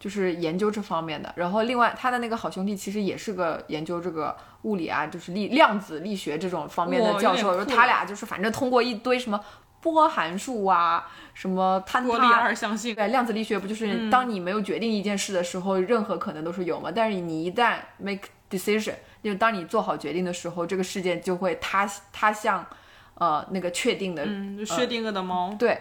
S2: 就是研究这方面的。然后另外他的那个好兄弟其实也是个研究这个物理啊，就是力量子力学这种方面的
S1: 哇
S2: 教
S1: 有点
S2: 授。然后
S1: 酷
S2: 他俩就是反正通过一堆什么。波函数啊，什么坍
S1: 波粒啊
S2: 塌
S1: 二象性，
S2: 对，量子力学不
S1: 嗯
S2: 就是当你没有决定一件事的时候，任何可能都是有嘛？但是你一旦 make decision，就是当你做好决定的时候，这个事件就会它它向呃那个确定的、
S1: 嗯，就薛定谔的猫。
S2: 对，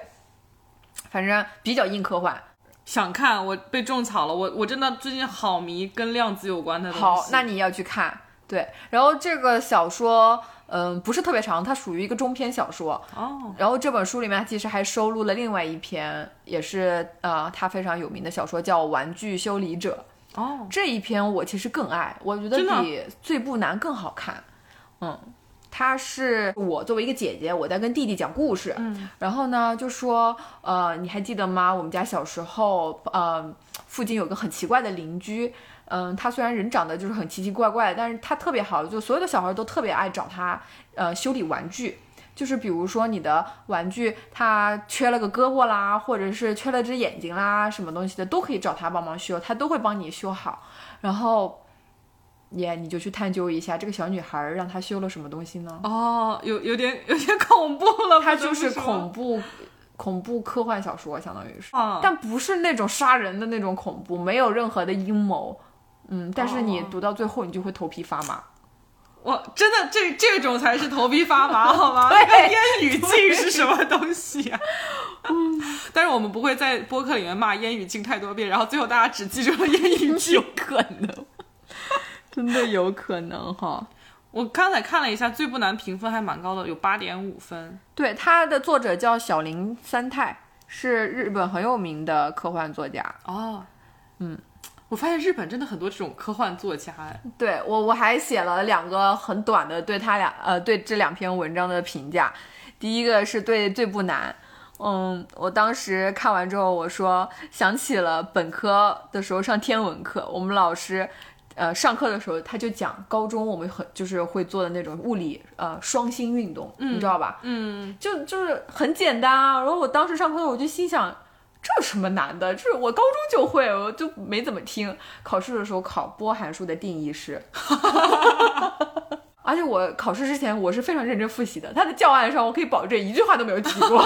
S2: 反正比较硬科幻。
S1: 想看，我被种草了。我我真的最近好迷跟量子有关的东西。
S2: 好，那你要去看。对，然后这个小说，嗯，不是特别长，它属于一个中篇小说。
S1: 哦，
S2: 然后这本书里面它其实还收录了另外一篇，也是呃，它非常有名的小说，叫《玩具修理者》。
S1: 哦，
S2: 这一篇我其实更爱，我觉得
S1: 真的
S2: 比《最不难》更好看。嗯，它是我作为一个姐姐，我在跟弟弟讲故事。嗯，然后呢，就说呃，你还记得吗？我们家小时候，呃，附近有个很奇怪的邻居。嗯，他虽然人长得就是很奇奇怪怪，但是他特别好，就所有的小孩都特别爱找他，呃，修理玩具。就是比如说你的玩具它缺了个胳膊啦，或者是缺了只眼睛啦，什么东西的都可以找他帮忙修，他都会帮你修好。然后，耶，你就去探究一下这个小女孩儿让她修了什么东西呢？
S1: 哦，有有点有点恐怖了。
S2: 它
S1: 不得
S2: 就
S1: 不
S2: 是
S1: 说
S2: 恐怖恐怖科幻小说，相当于是，
S1: 啊
S2: 但不是那种杀人的那种恐怖，没有任何的阴谋。嗯，但是你
S1: 哦
S2: 读到最后，你就会头皮发麻。
S1: 我真的这这种才是头皮发 麻，好吗？
S2: 对嗯
S1: 那个烟雨镜是什么东西 啊？ 但是我们不会在播客里面骂烟雨镜太多遍，然后最后大家只记住了烟 雨镜。
S2: 可能， 真的有可能哈。
S1: 我刚才看了一下，最不难评分还蛮高的，有八点五分。
S2: 对，它的作者叫小林三太，是日本很有名的科幻作家。
S1: 哦，嗯，我发现日本真的很多这种科幻作家，哎，
S2: 对我，我还写了两个很短的对他俩呃对这两篇文章的评价。第一个是对最不难，嗯，我当时看完之后我说想起了本科的时候上天文课，我们老师。呃，上课的时候他就讲高中我们很就是会做的那种物理呃双星运动，你知道吧？
S1: 嗯，
S2: 就就是很简单啊。然后我当时上课，我就心想，这有什么难的？这我高中就会，我就没怎么听。考试的时候考波函数的定义是， 而且我考试之前我是非常认真复习的，他的教案上我可以保证一句话都没有提过。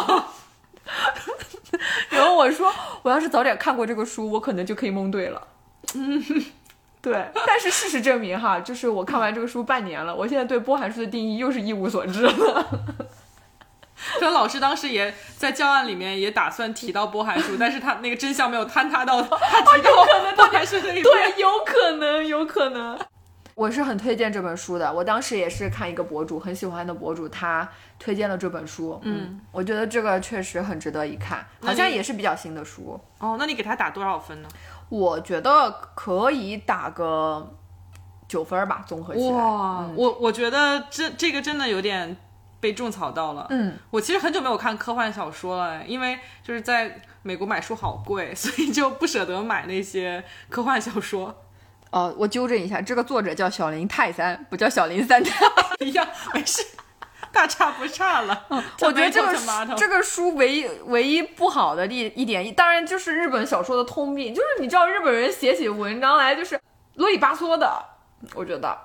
S2: 然后我说，我要是早点看过这个书，我可能就可以蒙对了。 对，但是事实证明哈，就是我看完这个书半年了，我现在对波函数的定义又是一无所知了。
S1: 说老师当时也在教案里面也打算提到波函数，但是他那个真相没有坍塌 到他提
S2: 哦
S1: 到波函数那一边。
S2: 对，啊有可能，有可能。我是很推荐这本书的，我当时也是看一个博主很喜欢的博主，他推荐了这本书，嗯，我觉得这个确实很值得一看，好像也是比较新的书，
S1: 哦，那你给他打多少分呢？
S2: 我觉得可以打个九分儿吧，综合起来，
S1: 哇，我我觉得这这个真的有点被种草到了。
S2: 嗯，
S1: 我其实很久没有看科幻小说了，因为就是在美国买书好贵，所以就不舍得买那些科幻小说。
S2: 哦，我纠正一下，这个作者叫小林泰三，不叫小林三太。
S1: 一样，没事，大差不差了。
S2: 嗯我觉得这个
S1: Tomato, tomato
S2: 书这个书唯一唯一不好的一一点，当然就是日本小说的通病，就是你知道日本人写起文章来就是啰里吧嗦的。我觉得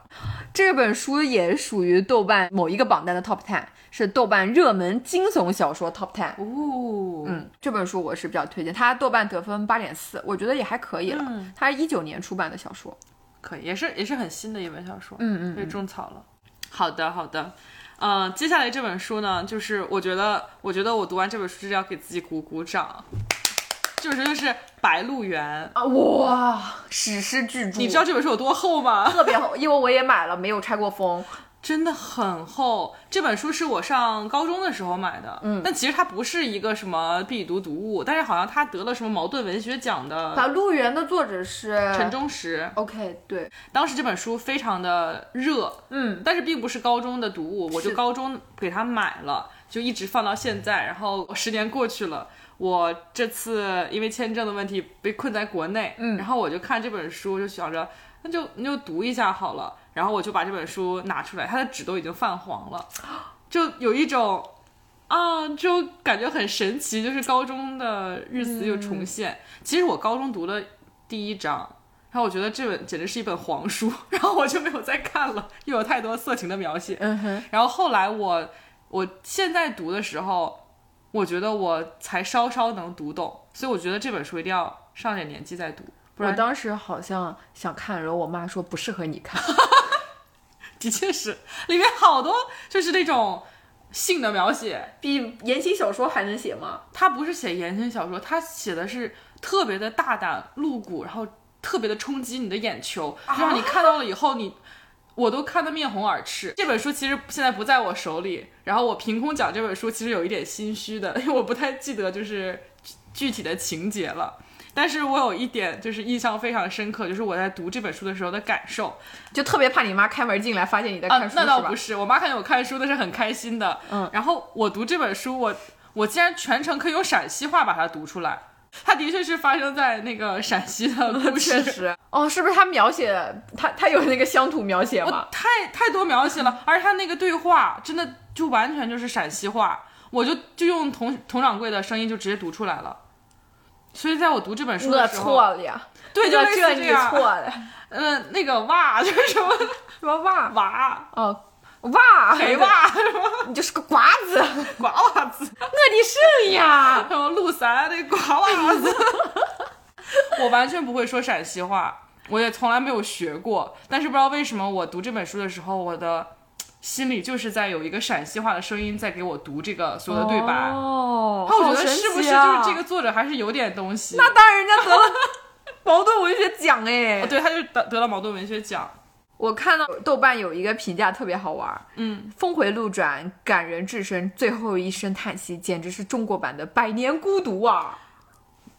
S2: 这本书也属于豆瓣某一个榜单的 top ten，是豆瓣热门惊悚小说 top ten。
S1: 哦，
S2: 嗯，这本书我是比较推荐，它豆瓣得分八点四，我觉得也还可以了。
S1: 嗯
S2: 它是一九年出版的小说。
S1: 可以，也是也是很新的一本小说，
S2: 嗯嗯
S1: 被种草了。好的，好的。呃，接下来这本书呢，就是我觉得，我觉得我读完这本书就是要给自己鼓鼓掌。这本书就是《白鹿原》，
S2: 啊哇，史诗巨著，
S1: 你知道这本书有多厚吗？
S2: 特别好，因为我也买了，没有拆过
S1: 嗯
S2: 封。
S1: 真的很厚。这本书是我上高中的时候买的，嗯，但其实它不是一个什么必读读物，但是好像它得了什么茅盾文学奖的
S2: 把《鹿原》的作者是
S1: 陈忠实，
S2: OK，对，
S1: 当时这本书非常的热，
S2: 嗯，
S1: 但是并不是高中的读物，我就是高中给它买了，就一直放到现在。然后十年过去了，我这次因为签证的问题被困在国内，嗯，然后我就看这本书，就想着那就那就读一下好了。然后我就把这本书拿出来，它的纸都已经泛黄了，就有一种啊，就感觉很神奇，就是高中的日子又重现。其实我高中读了第一章，然后我觉得这本简直是一本黄书，然后我就没有再看了，又有太多色情的描写。
S2: 嗯哼，
S1: 然后后来我我现在读的时候，我觉得我才稍稍能读懂，所以我觉得这本书一定要上点年纪再读，不
S2: 我
S1: 然
S2: 当时好像想看，然后我妈说不适合你 看。
S1: 的确是里面好多就是那种性的描写。
S2: 比言情小说还能写吗？
S1: 他不是写言情小说，他写的是特别的大胆露骨，然后特别的冲击你的眼球，让你看到了以后你。我都看得面红耳赤。这本书其实现在不在我手里，然后我凭空讲这本书，其实有一点心虚的， 因为我不太记得就是具具体的情节了。但是我有一点就是印象非常深刻，就是我在读这本书的时候的感受。
S2: 就特别怕你妈开门进来发现你在
S1: 啊
S2: 看，书，
S1: 那倒
S2: 是吧
S1: 不是，我妈看见我看书那是很开心的。
S2: 嗯，
S1: 然后我读这本书，我我竟然全程可以用陕西话把它读出来。它的确是发生在那个陕西的故事，
S2: 确 实哦，是不是他描写他他有那个乡土描写
S1: 我
S2: 吗？
S1: 太太多描写了，而且他那个对话真的就完全就是陕西话，我就就用佟佟掌柜的声音就直接读出来了。所以在我读这本书
S2: 我
S1: 的时候，
S2: 错了呀，
S1: 对，就
S2: 我
S1: 类似
S2: 这
S1: 这
S2: 你
S1: 样，
S2: 错了，
S1: 嗯、那个哇 就是 什么
S2: 什么哇
S1: 娃
S2: 哦 哇
S1: 陪，娃 什
S2: 你就是个瓜 子，我
S1: 么瓜娃子，
S2: 的肾呀，
S1: 什么鹿三那瓜娃子， 我完全不会说陕西话，我也从来没有学过。但是不知道为什么，我读这本书的时候，我的心里就是在有一个陕西话的声音在给我读这个所有的对白。
S2: 哦，
S1: 那我
S2: 好
S1: 觉得
S2: 神
S1: 是不
S2: 奇
S1: 是
S2: 啊
S1: 就是这个？作者还是有点东西？
S2: 那当然，人家 得了茅盾文学奖哎
S1: 哦，对，他就得得了茅盾文学奖。
S2: 我看到豆瓣有一个评价特别好玩儿，
S1: 嗯，
S2: 峰回路转，感人至深，最后一声叹息，简直是中国版的《百年孤独》啊！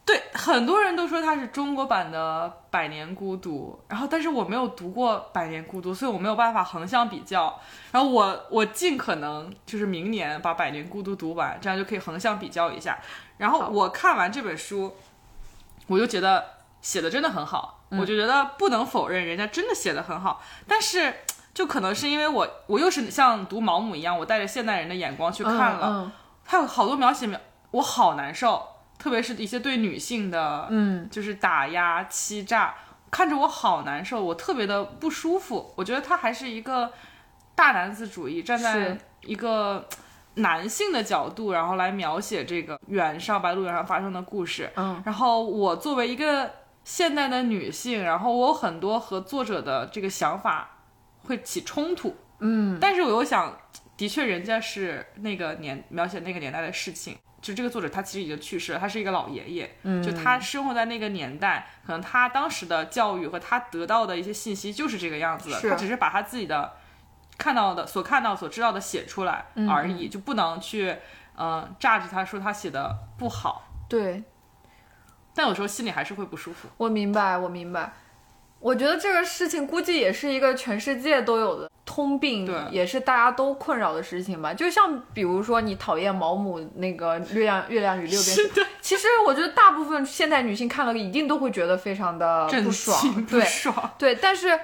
S1: 对，很多人都说它是中国版的《百年孤独》，然后但是我没有读过《百年孤独》，所以我没有办法横向比较。然后我我尽可能就是明年把《百年孤独》读完，这样就可以横向比较一下。然后
S2: 好
S1: 我看完这本书，我就觉得写的真的很好，
S2: 嗯
S1: 我就觉得不能否认人家真的写的很好，但是。就可能是因为我，我又是像读毛姆一样，我带着现代人的眼光去看了，
S2: 嗯
S1: 他有好多描写描，我好难受，特别是一些对女性的，
S2: 嗯，
S1: 就是打压、欺诈，看着我好难受，我特别的不舒服。我觉得他还是一个大男子主义，站在
S2: 是
S1: 一个男性的角度，然后来描写这个原上白鹿原上发生的故事。
S2: 嗯，
S1: 然后我作为一个现代的女性，然后我有很多和作者的这个想法会起冲突。
S2: 嗯，
S1: 但是我又想，的确人家是那个年描写那个年代的事情。就这个作者他其实已经去世了，他是一个老爷爷，
S2: 嗯
S1: 就他生活在那个年代，可能他当时的教育和他得到的一些信息就是这个样子的，
S2: 是
S1: 他只是把他自己的看到的、所看到、所知道的写出来而已，就不能去嗯、呃、榨着他说他写的不好，
S2: 对，
S1: 但有时候心里还是会不舒服。
S2: 我明白，我明白。我觉得这个事情估计也是一个全世界都有的通病
S1: 对，
S2: 也是大家都困扰的事情吧。就像比如说你讨厌毛姆那个《月亮月亮与六便士》，其实我觉得大部分现代女性看了一定都会觉得非常的
S1: 震
S2: 不爽
S1: 惊，不
S2: 对，
S1: 爽，
S2: 对，但是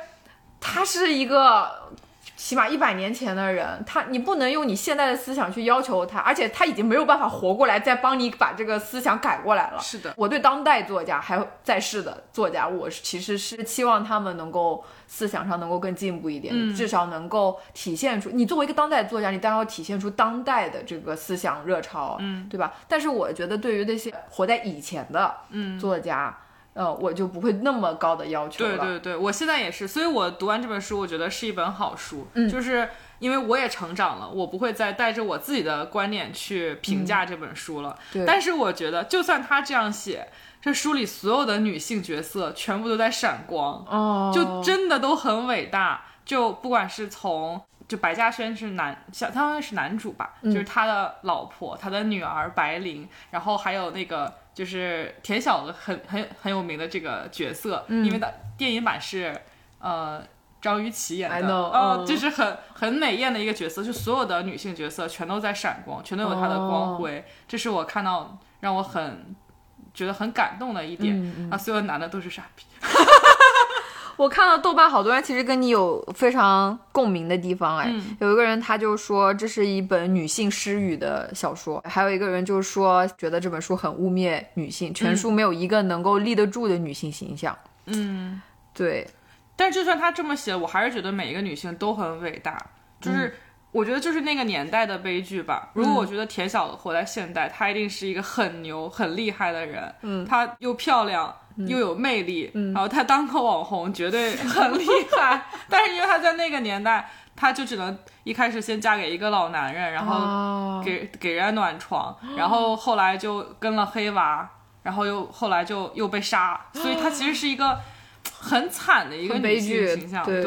S2: 他是一个起码一百年前的人，他你不能用你现在的思想去要求他，而且他已经没有办法活过来，再帮你把这个思想改过来了。
S1: 是的，
S2: 我对当代作家还有在世的作家，我是其实是期望他们能够思想上能够更进步一点，
S1: 嗯
S2: 至少能够体现出你作为一个当代作家，你当然要体现出当代的这个思想热潮，嗯，对吧？但是我觉得对于那些活在以前的
S1: 嗯
S2: 作家，呃，我就不会那么高的要求了。
S1: 对对对，我现在也是，所以我读完这本书，我觉得是一本好书，
S2: 嗯
S1: 就是因为我也成长了，我不会再带着我自己的观点去评价这本书了。
S2: 嗯对
S1: 但是我觉得，就算他这样写，这书里所有的女性角色全部都在闪光，
S2: 哦，
S1: 就真的都很伟大。就不管是从就白嘉轩是男，相当于是男主吧，
S2: 嗯
S1: 就是他的老婆、他的女儿白灵，然后还有那个就是田小娥很很很有名的这个角色，
S2: 嗯
S1: 因为的电影版是呃。张雨绮演
S2: I
S1: 的，
S2: know，
S1: 呃
S2: 嗯
S1: 就是很很美艳的一个角色，就所有的女性角色全都在闪光，全都有她的
S2: 哦
S1: 光辉，这是我看到让我
S2: 嗯
S1: 很觉得很感动的一点、啊！所有男的都是傻逼，
S2: 我看到豆瓣好多人其实跟你有非常共鸣的地方，哎，有一个人他就说这是一本女性诗语的小说，还有一个人就说觉得这本书很污蔑女性，全书没有一个能够立得住的女性形象。
S1: 嗯，
S2: 对，
S1: 但就算他这么写，我还是觉得每一个女性都很伟大，就是。我觉得就是那个年代的悲剧吧。如果我觉得田晓活在现代，她一定是一个很牛、很厉害的人。嗯，她又漂亮，又有魅力，然后她当个网红绝对很厉害。但是因为她在那个年代，她就只能一开始先嫁给一个老男人，然后
S2: 哦，
S1: 给给人家暖床，然后后来就跟了黑娃，然后又后来就又被杀，所以她其实是一个很惨的一个
S2: 很
S1: 女
S2: 悲
S1: 性
S2: 剧
S1: 形象。
S2: 对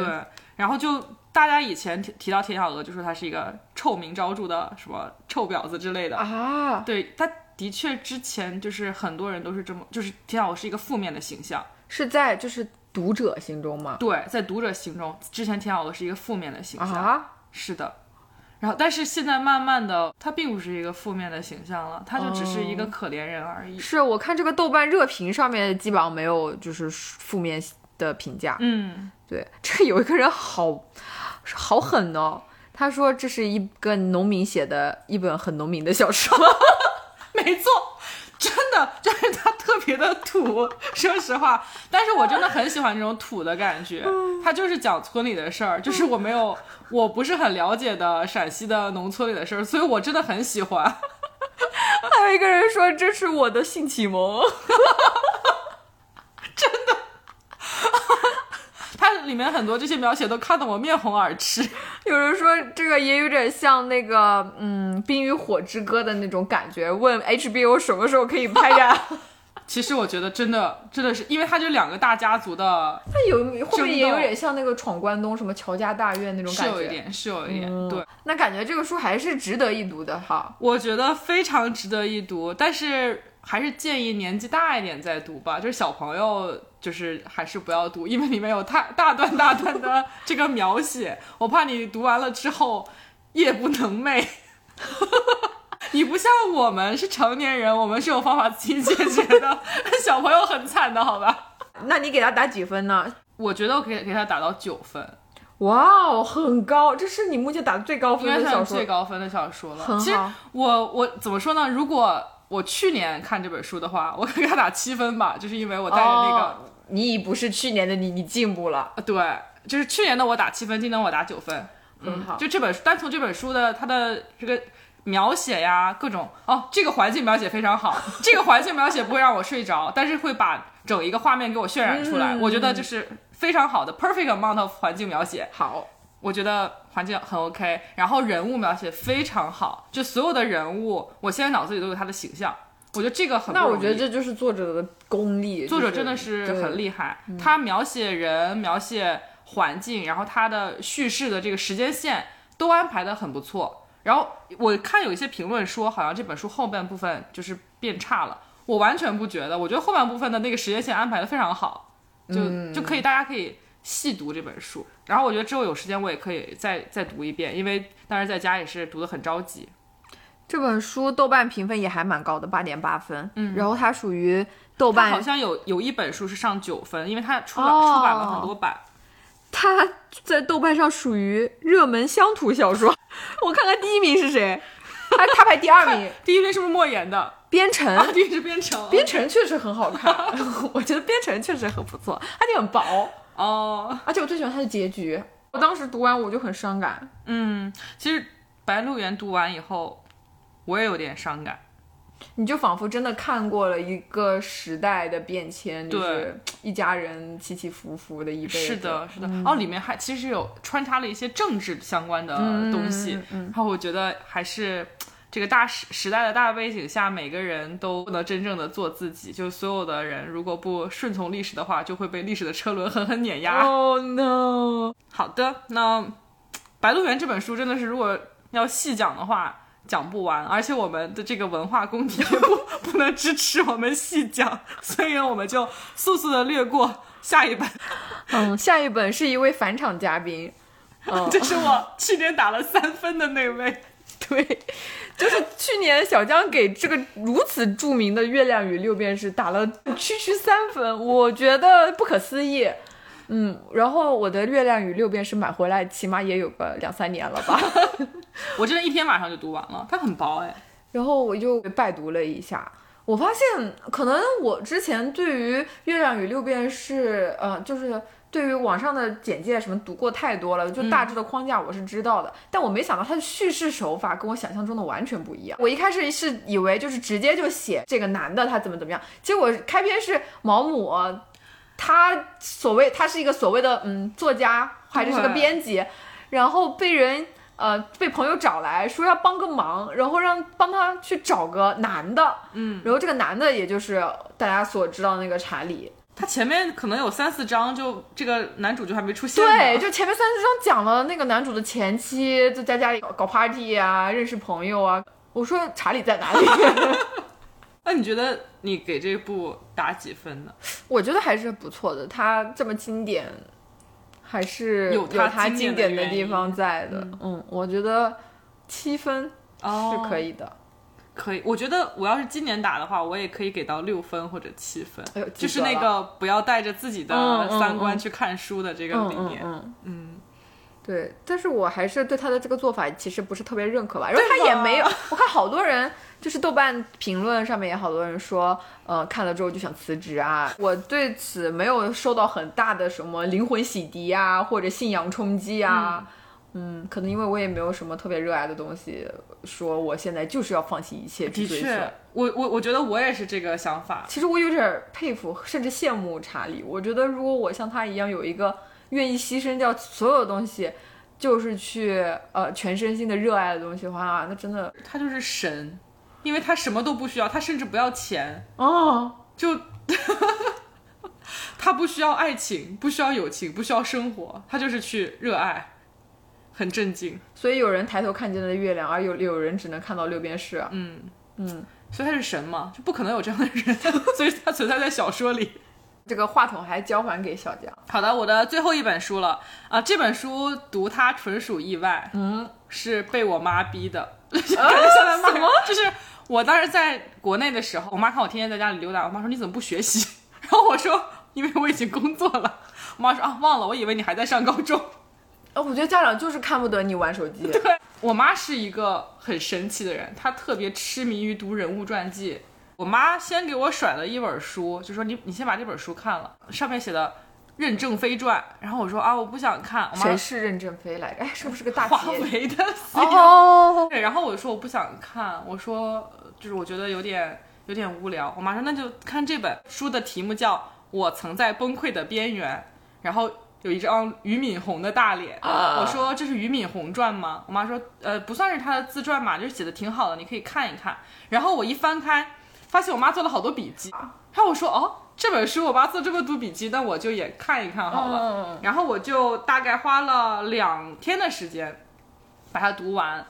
S1: 然后就大家以前提提到田小娥，就说她是一个臭名昭著的什么臭婊子之类的。
S2: 啊，
S1: 对，她的确之前就是很多人都是这么，就是田小娥是一个负面的形象。
S2: 是在就是读者心中吗？
S1: 对，在读者心中，之前田小娥是一个负面的形象。
S2: 啊，
S1: 是的。然后，但是现在慢慢的，她并不是一个负面的形象了，她就只是
S2: 哦
S1: 一个可怜人而已。
S2: 是我看这个豆瓣热评上面基本上没有就是负面的评价。
S1: 嗯，
S2: 对， 这有一个人好好狠哦，他说这是一个农民写的一本很农民的小说。
S1: 没错，真的就是她特别的土，说实话。但是我真的很喜欢这种土的感觉，
S2: 嗯
S1: 她就是讲村里的事儿，就是我没有，我不是很了解的陕西的农村里的事儿，所以我真的很喜欢。
S2: 还有一个人说这是我的性启蒙。
S1: 它里面很多这些描写都看得我面红耳赤。
S2: 有人说这个也有点像那个嗯《冰与火之歌》的那种感觉，问 HBO 什么时候可以拍呀？
S1: 其实我觉得真的真的是，因为它就两个大家族的
S2: 那有会不
S1: 争
S2: 会也有
S1: 斗
S2: 点像那个《闯关东》什么乔家大院那种
S1: 是
S2: 感
S1: 有一
S2: 觉？嗯
S1: 点，是有一点，对，
S2: 那感觉这个书还是值得一读的哈。
S1: 我觉得非常值得一读，但是还是建议年纪大一点再读吧，就是小朋友就是还是不要读，因为里面有太大段大段的这个描写，我怕你读完了之后夜不能 寐。你不像我们是成年人，我们是有方法自己解决的，小朋友很惨的，好吧？
S2: 那你给他打几分呢？
S1: 我觉得我可以给他打到九分，
S2: 哇哦，很高，这是你目前打的最高分
S1: 应该
S2: 的小
S1: 算
S2: 说
S1: 最。高分的小说了。
S2: 很
S1: 其实
S2: 好
S1: 我我怎么说呢？如果我去年看这本书的话，我 给它打七分吧，就是因为我带着那个、
S2: 哦，你已不是去年的你，你进步了，
S1: 呃对，就是去年的我打七分，今年我打九分。
S2: 很嗯好。
S1: 就这本书，单从这本书的它的这个描写呀，各种哦，这个环境描写非常好，这个环境描写不会让我睡着，但是会把整一个画面给我渲染出
S2: 嗯
S1: 来。我觉得就是非常好的 perfect amount of 环境描写。
S2: 好，
S1: 我觉得环境很 OK，然后人物描写非常好，就所有的人物，我现在脑子里都有他的形象。我觉得这个很不
S2: 那我
S1: 容
S2: 觉得
S1: 易
S2: 这就是作者的功力。
S1: 作者
S2: 就是
S1: 真的是
S2: 对嗯
S1: 很厉害，他描写人、描写环境，然后他的叙事的这个时间线都安排的很不错。然后我看有一些评论说，好像这本书后半部分就是变差了，我完全不觉得，我觉得后半部分的那个时间线安排的非常好，就、
S2: 嗯
S1: 就可以大家可以细读这本书。然后我觉得之后有时间我也可以再再读一遍，因为当时在家也是读的很着急。
S2: 这本书豆瓣评分也还蛮高的，八点八分。嗯，然后它属于豆
S1: 它好
S2: 瓣，
S1: 像有有一本书是上九分，因为它出了、
S2: 哦
S1: 出版了很多版。
S2: 它在豆瓣上属于热门乡土小说。 我看看第一名是谁，它它排第二名，
S1: 第一篇是不是莫言的？
S2: 边城。
S1: 啊，第一是编程。
S2: 边城确实很好看， 我觉得边城确实很不错，而且很薄，
S1: 哦，
S2: 而且我最喜欢它的结局。我当时读完我就很伤感，
S1: 嗯，其实《白鹿原》读完以后，我也有点伤感。
S2: 你就仿佛真的看过了一个时代的变迁，就
S1: 对
S2: 是一家人起起伏伏的一辈子。
S1: 是的，是的。哦，里面还其实有穿插了一些政治相关的东西，然后我觉得还是。这个大时时代的大背景下，每个人都不能真正的做自己。就是所有的人，如果不顺从历史的话，就会被历史的车轮狠狠碾压。
S2: ，Oh no！
S1: 好的，那《白鹿原》这本书真的是，如果要细讲的话，讲不完，而且我们的这个文化宫廷不 不能支持我们细讲，所以呢，我们就速速的略过下一本。
S2: 嗯，下一本是一位返场嘉宾，嗯，
S1: 这是我去年打了三分的那位，
S2: 对，就是去年小江给这个如此著名的《月亮与六便士》打了区区三分，我觉得不可思议。嗯，然后我的《月亮与六便士》买回来，起码也有个两三年了吧。
S1: 我真的一天晚上就读完了，它很薄哎。
S2: 然后我就拜读了一下，我发现可能我之前对于《月亮与六便士》呃，就是对于网上的简介什么读过太多了，就大致的框架我是知道的，但我没想到它的叙事手法跟我想象中的完全不一样。我一开始是以为就是直接就写这个男的他怎么怎么样，结果开篇是毛姆。他所谓他是一个所谓的嗯作家，还是是个
S1: 对
S2: 编辑，然后被人呃被朋友找来说要帮个忙，然后让帮他去找个男的，嗯，然后这个男的也就是大家所知道的那个查理，
S1: 它前面可能有三四章，就这个男主就还没出现呢。
S2: 对，就前面三十章讲了那个男主的前妻就在家里搞搞 party 啊，认识朋友啊，我说查理在哪里？
S1: 那你觉得你给这部打几分呢？
S2: 我觉得还是不错的，他这么经典，还是
S1: 有它
S2: 它经
S1: 经典的
S2: 典的
S1: 原
S2: 地
S1: 因
S2: 方在的。嗯哦我觉得七分是可以的。
S1: 哦可以，我觉得我要是今年打的话，我也可以给到六分或者七分，
S2: 哎呦及
S1: 就
S2: 格
S1: 是那个不要带着自己
S2: 嗯
S1: 的
S2: 嗯
S1: 三观
S2: 嗯
S1: 去看书的这个
S2: 嗯
S1: 理
S2: 嗯
S1: 念。
S2: 嗯，
S1: 嗯
S2: 对，但是我还是对他的这个做法其实不是特别认可吧，然后
S1: 对
S2: 他也
S1: 吧
S2: 没有，我看好多人就是豆瓣评论上面也好多人说，呃，看了之后就想辞职啊，我对此没有受到很大的什么灵魂洗涤啊，或者信仰冲击啊，嗯，可能因为我也没有什么特别热爱的东西，说我现在就是要放弃一切去
S1: 的
S2: 追求。
S1: 确，我我我觉得我也是这个想法。
S2: 其实我有点佩服，甚至羡慕查理。我觉得如果我像他一样有一个愿意牺牲掉所有东西，就是去呃全身心的热爱的东西的话，那真的
S1: 他就是神，因为他什么都不需要，他甚至不要钱，
S2: 哦，
S1: 就他不需要爱情，不需要友情，不需要生活，他就是去热爱，很震惊。
S2: 所以有人抬头看见了月亮，而有有人只能看到六便士。
S1: 嗯
S2: 嗯，
S1: 所以他是神嘛，就不可能有这样的人， 所以他存在在小说里。
S2: 这个话筒还交还给小江。
S1: 好的，我的最后一本书了啊、这本书读它纯属意外，
S2: 嗯，
S1: 是被我妈逼的，感觉像在骂人 就是我当时在国内的时候，我妈看我天天在家里溜达，我妈说你怎么不学习？ 然后我说因为我已经工作了。我妈说啊忘了，我以为你还在上高中。
S2: 呃，我觉得家长就是看不得你玩手机。
S1: 我妈是一个很神奇的人，她特别痴迷于读人物传记。我妈先给我甩了一本书，就说你你先把这本书看了，上面写的任正非传。然后我说啊我不想看，我妈
S2: 谁
S1: 说
S2: 是任正非来着？哎，是不是个大
S1: 华
S2: 企业？
S1: 为的 CEO。
S2: 哦，
S1: 对，然后我说我不想看，我说呃就是我觉得有点有点无聊。我妈说那就看这本书的题目叫《我曾在崩溃的边缘》，然后有一张俞敏洪的大脸。
S2: 啊
S1: 我说这是俞敏洪传吗？我妈说呃不算是他的自传嘛，就是写的挺好的，你可以看一看。然后我一翻开，发现我妈做了好多笔记，然后我说哦。这本书我妈做这么多笔记，那我就也看一看好了。
S2: 嗯
S1: 然后我就大概花了两天的时间把它读完，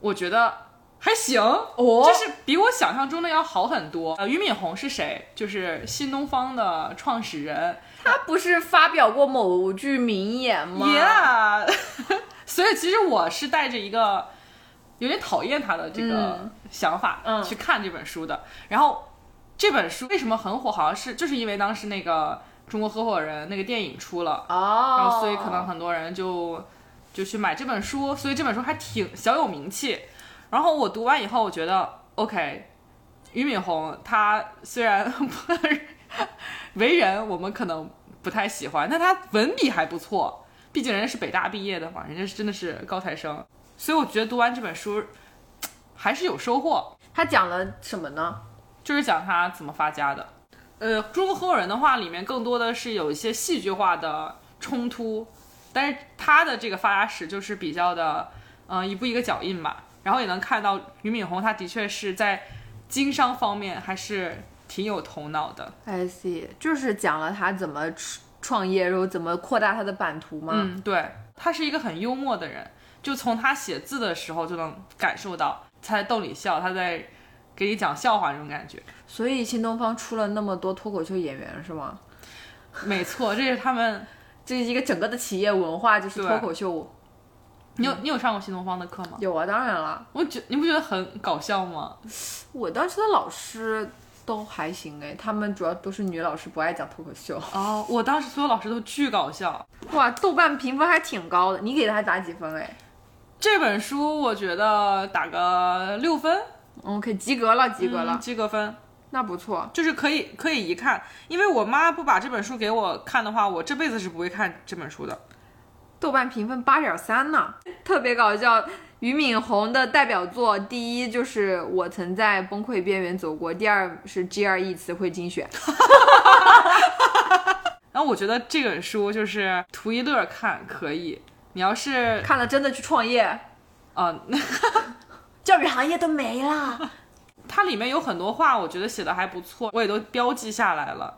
S1: 我觉得还行，
S2: 哦
S1: 就是比我想象中的要好很多。呃，俞敏洪是谁？就是新东方的创始人
S2: 他不是发表过某句名言吗？
S1: ，Yeah。所 以其实我是带着一个有点讨厌他的这个
S2: 嗯
S1: 想法、
S2: 嗯
S1: 去看这本书的。然后这本书为什么很火？好像是就是因为当时那个《中国合伙人》那个电影出了。
S2: 哦，
S1: 然后所以可能很多人就就去买这本书，所以这本书还挺小有名气。然后我读完以后，我觉得 OK，俞敏洪他虽然 不为人我们可能不太喜欢，但他文笔还不错，毕竟人家是北大毕业的嘛，人家是真的是高材生，所以我觉得读完这本书还是有收获。
S2: 他讲了什么呢？
S1: 就是讲他怎么发家的。呃，中国合伙人的话里面更多的是有一些戏剧化的冲突，但是他的这个发家史就是比较的，嗯、一步一个脚印吧。然后也能看到俞敏洪，他的确是在经商方面还是挺有头脑的。
S2: I see，就是讲了他怎么创创业，然后怎么扩大他的版图吗？
S1: 嗯，对，他是一个很幽默的人，就从他写字的时候就能感受到他在逗你笑，他在给你讲笑话那种感觉。
S2: 所以新东方出了那么多脱口秀演员是吗？
S1: 没错，这是他们。
S2: 这一个整个的企业文化就是
S1: 对
S2: 脱口秀。
S1: 你有你有上过新东方的课吗？
S2: 有啊，当然了，
S1: 我觉你不觉得很搞笑吗？
S2: 我当时的老师都还行哎，他们主要都是女老师不爱讲脱口秀。
S1: 哦，我当时所有老师都巨搞笑。
S2: 哇，豆瓣评分还挺高的，你给他打几分哎？
S1: 这本书我觉得打个六分，
S2: OK，及嗯格了，及格了，
S1: 嗯及格分，
S2: 那不错。
S1: 就是可以可以一看。因为我妈不把这本书给我看的话，我这辈子是不会看这本书的。
S2: 豆瓣评分八点三呢，特别搞笑。俞敏洪的代表作，第一就是《我曾在崩溃边缘走过》，第二是 GRE 词汇精选。
S1: 然后我觉得这本书就是图一乐看可以，你要是
S2: 看了真的去创业，
S1: 啊、
S2: 教育行业都没啦。
S1: 它里面有很多话，我觉得写的还不错，我也都标记下来了。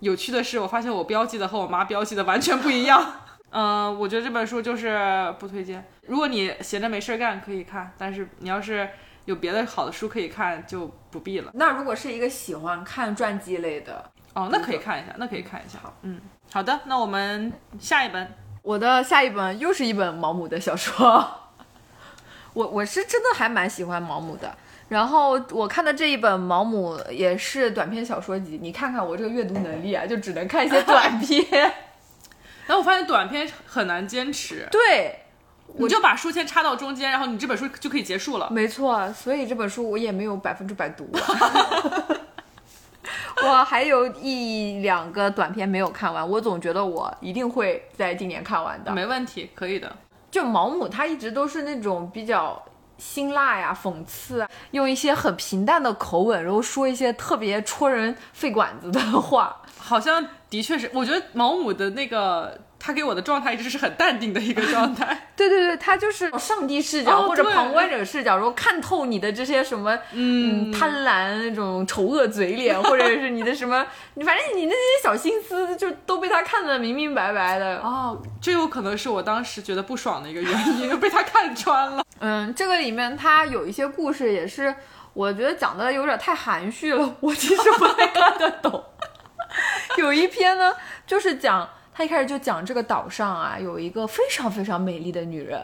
S1: 有趣的是，我发现我标记的和我妈标记的完全不一样。 嗯、我觉得这本书就是不推荐。如果你闲着没事儿干可以看，但是你要是有别的好的书可以看，就不必了。
S2: 那如果是一个喜欢看传记类的，
S1: 哦，那可以看一下，那可以看一下。嗯，好的，那我们下一本。
S2: 我的下一本又是一本毛姆的小说。 我我是真的还蛮喜欢毛姆的。然后我看的这一本毛姆也是短篇小说集，你看看我这个阅读能力啊，就只能看一些短 篇。
S1: 然后我发现短篇很难坚持，
S2: 对，
S1: 你就把书签插到中间，然后你这本书就可以结束了。
S2: 没错，啊所以这本书我也没有百分之百读完。我还有一两个短篇没有看完，我总觉得我一定会在今年看完的。
S1: 没问题，可以的。
S2: 就毛姆他一直都是那种比较辛辣呀、讽刺啊，用一些很平淡的口吻，然后说一些特别戳人肺管子的话。
S1: 好像的确是，我觉得毛姆的那个他给我的状态一直是很淡定的一个状 态。
S2: 对对对，他就是上帝视角、
S1: 哦
S2: 或者
S1: 对
S2: 旁观者视角，然后看透你的这些什么，嗯，贪婪那种丑恶嘴 脸，或者是你的什么，你反正你的那些小心思就都被他看得明明白白的。
S1: 哦，这有可能是我当时觉得不爽的一个原因，被他看穿 了。
S2: 嗯，这个里面它有一些故事也是，我觉得讲的有点太含蓄了，我其实不太看得懂。 有一篇呢，就是讲他一开始就讲这个岛上啊，有一个非常非常美丽的女人，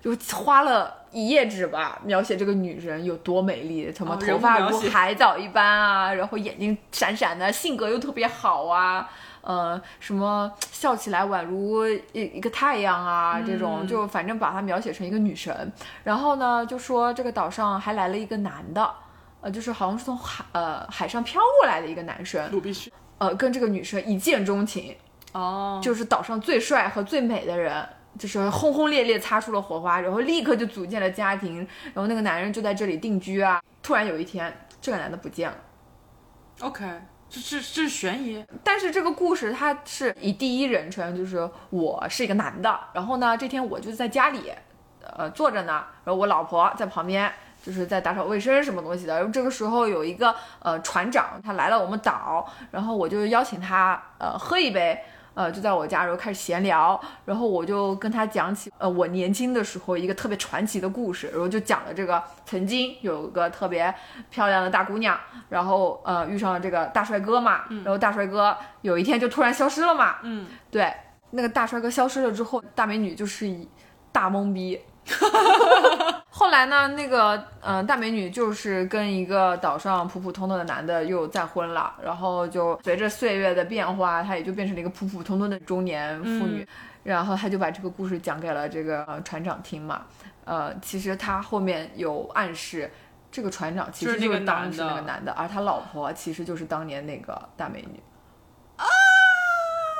S2: 就花了一页纸吧，描写这个女人有多美丽，什么
S1: 哦人
S2: 头
S1: 物
S2: 发
S1: 描
S2: 如
S1: 写
S2: 海藻一般啊，然后眼睛闪闪的，性格又特别好啊。呃，什么笑起来宛如一一个太阳啊，这
S1: 嗯
S2: 种就反正把她描写成一个女神。然后呢，就说这个岛上还来了一个男的，呃，就是好像是从海呃海上飘过来的一个男生，
S1: 鲁滨逊。
S2: 呃，跟这个女生一见钟情，
S1: 哦，
S2: 就是岛上最帅和最美的人，就是轰轰烈烈擦出了火花，然后立刻就组建了家庭，然后那个男人就在这里定居啊。突然有一天，这个男的不见了。
S1: OK，这这这是悬疑。
S2: 但是这个故事它是以第一人称，就是我是一个男的，然后呢，这天我就在家里，呃，坐着呢，然后我老婆在旁边。就是在打扫卫生什么东西的，然后这个时候有一个呃船长，他来了我们岛，然后我就邀请他呃喝一杯，呃就在我家，然后开始闲聊，然后我就跟他讲起呃我年轻的时候一个特别传奇的故事，然后就讲了这个曾经有个特别漂亮的大姑娘，然后呃遇上了这个大帅哥嘛，然后大帅哥有一天就突然消失了嘛，
S1: 嗯，
S2: 对，那个大帅哥消失了之后，大美女就是一大懵逼。后来呢，那个嗯、呃大美女就是跟一个岛上普普通通的男的又再婚了，然后就随着岁月的变化，她也就变成了一个普普通通的中年妇女。然后她就把这个故事讲给了这个、呃船长听嘛。呃，其实他后面有暗示，这个船长其
S1: 就
S2: 实
S1: 是那
S2: 就
S1: 个
S2: 是当时
S1: 男
S2: 那
S1: 的
S2: 个男的，而他老婆其实就是当年那个大美女。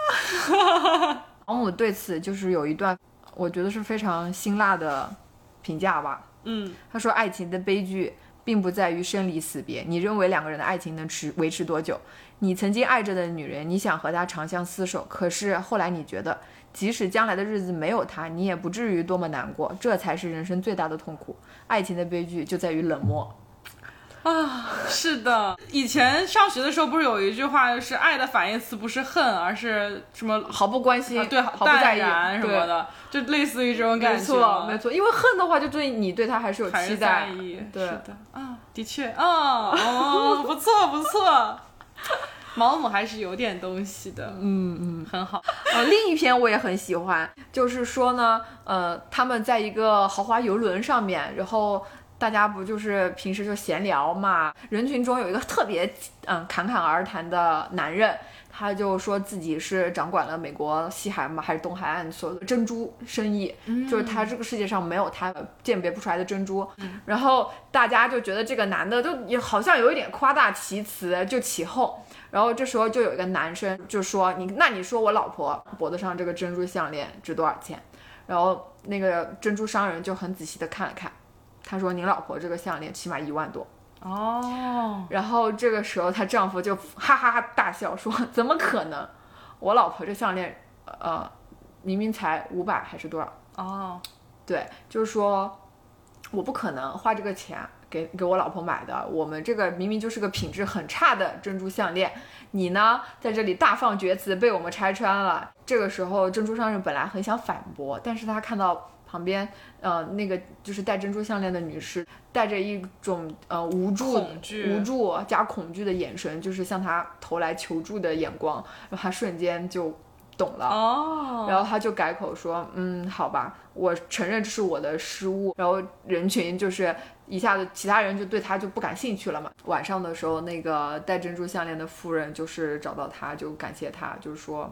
S2: 啊！毛姆对此就是有一段，我觉得是非常辛辣的评价吧。
S1: 嗯，
S2: 他说：“爱情的悲剧并不在于生离死别，你认为两个人的爱情能持维持多久？你曾经爱着的女人，你想和她长相厮守，可是后来你觉得，即使将来的日子没有她，你也不至于多么难过，这才是人生最大的痛苦。爱情的悲剧就在于冷漠。
S1: 是的。以前上学的时候不是有一句话是“爱的反义词不是恨，而是什么”
S2: 毫不关心，
S1: 啊？对，
S2: 毫不在
S1: 淡
S2: 意
S1: 然什么
S2: 对
S1: 的，就类似于这种感
S2: 没
S1: 觉。
S2: 错，没错，因为恨的话，就对你对他还是有
S1: 还
S2: 期
S1: 是
S2: 待
S1: 在。意，
S2: 对
S1: 是的啊，的确啊，哦，不错不错， 毛姆还是有点东西的，嗯嗯，很好，
S2: 呃，另一篇我也很喜欢，就是说呢，呃，他们在一个豪华游轮上面，然后。大家不就是平时就闲聊嘛？人群中有一个特别嗯侃侃而谈的男人，他就说自己是掌管了美国西海岸嘛还是东海岸所有的珍珠生意，就是他这个世界上没有他鉴别不出来的珍珠。然后大家就觉得这个男的就也好像有一点夸大其词，就起哄。然后这时候就有一个男生就说：“你那你说我老婆脖子上这个珍珠项链值多少钱？”然后那个珍珠商人就很仔细的看了看，他说：“你老婆这个项链起码一万多。
S1: 哦”，
S2: 然后这个时候她丈夫就哈哈哈大笑说：“怎么可能？我老婆这项链，呃，明明才五百还是多少？
S1: 哦，
S2: 对，就是说我不可能花这个钱给给我老婆买的。我们这个明明就是个品质很差的珍珠项链，你呢在这里大放厥词，被我们拆穿了。这个时候，珍珠商人本来很想反驳，但是他看到旁边呃那个就是戴珍珠项链的女士，带着一种呃无助、
S1: 恐惧
S2: 无助加恐惧的眼神，就是向他投来求助的眼光，然后他瞬间就懂了。
S1: 哦，
S2: 然后他就改口说，嗯，好吧，我承认这是我的失误。然后人群就是一下子，其他人就对他就不感兴趣了嘛。晚上的时候，那个戴珍珠项链的夫人就是找到他，就感谢他，就是说，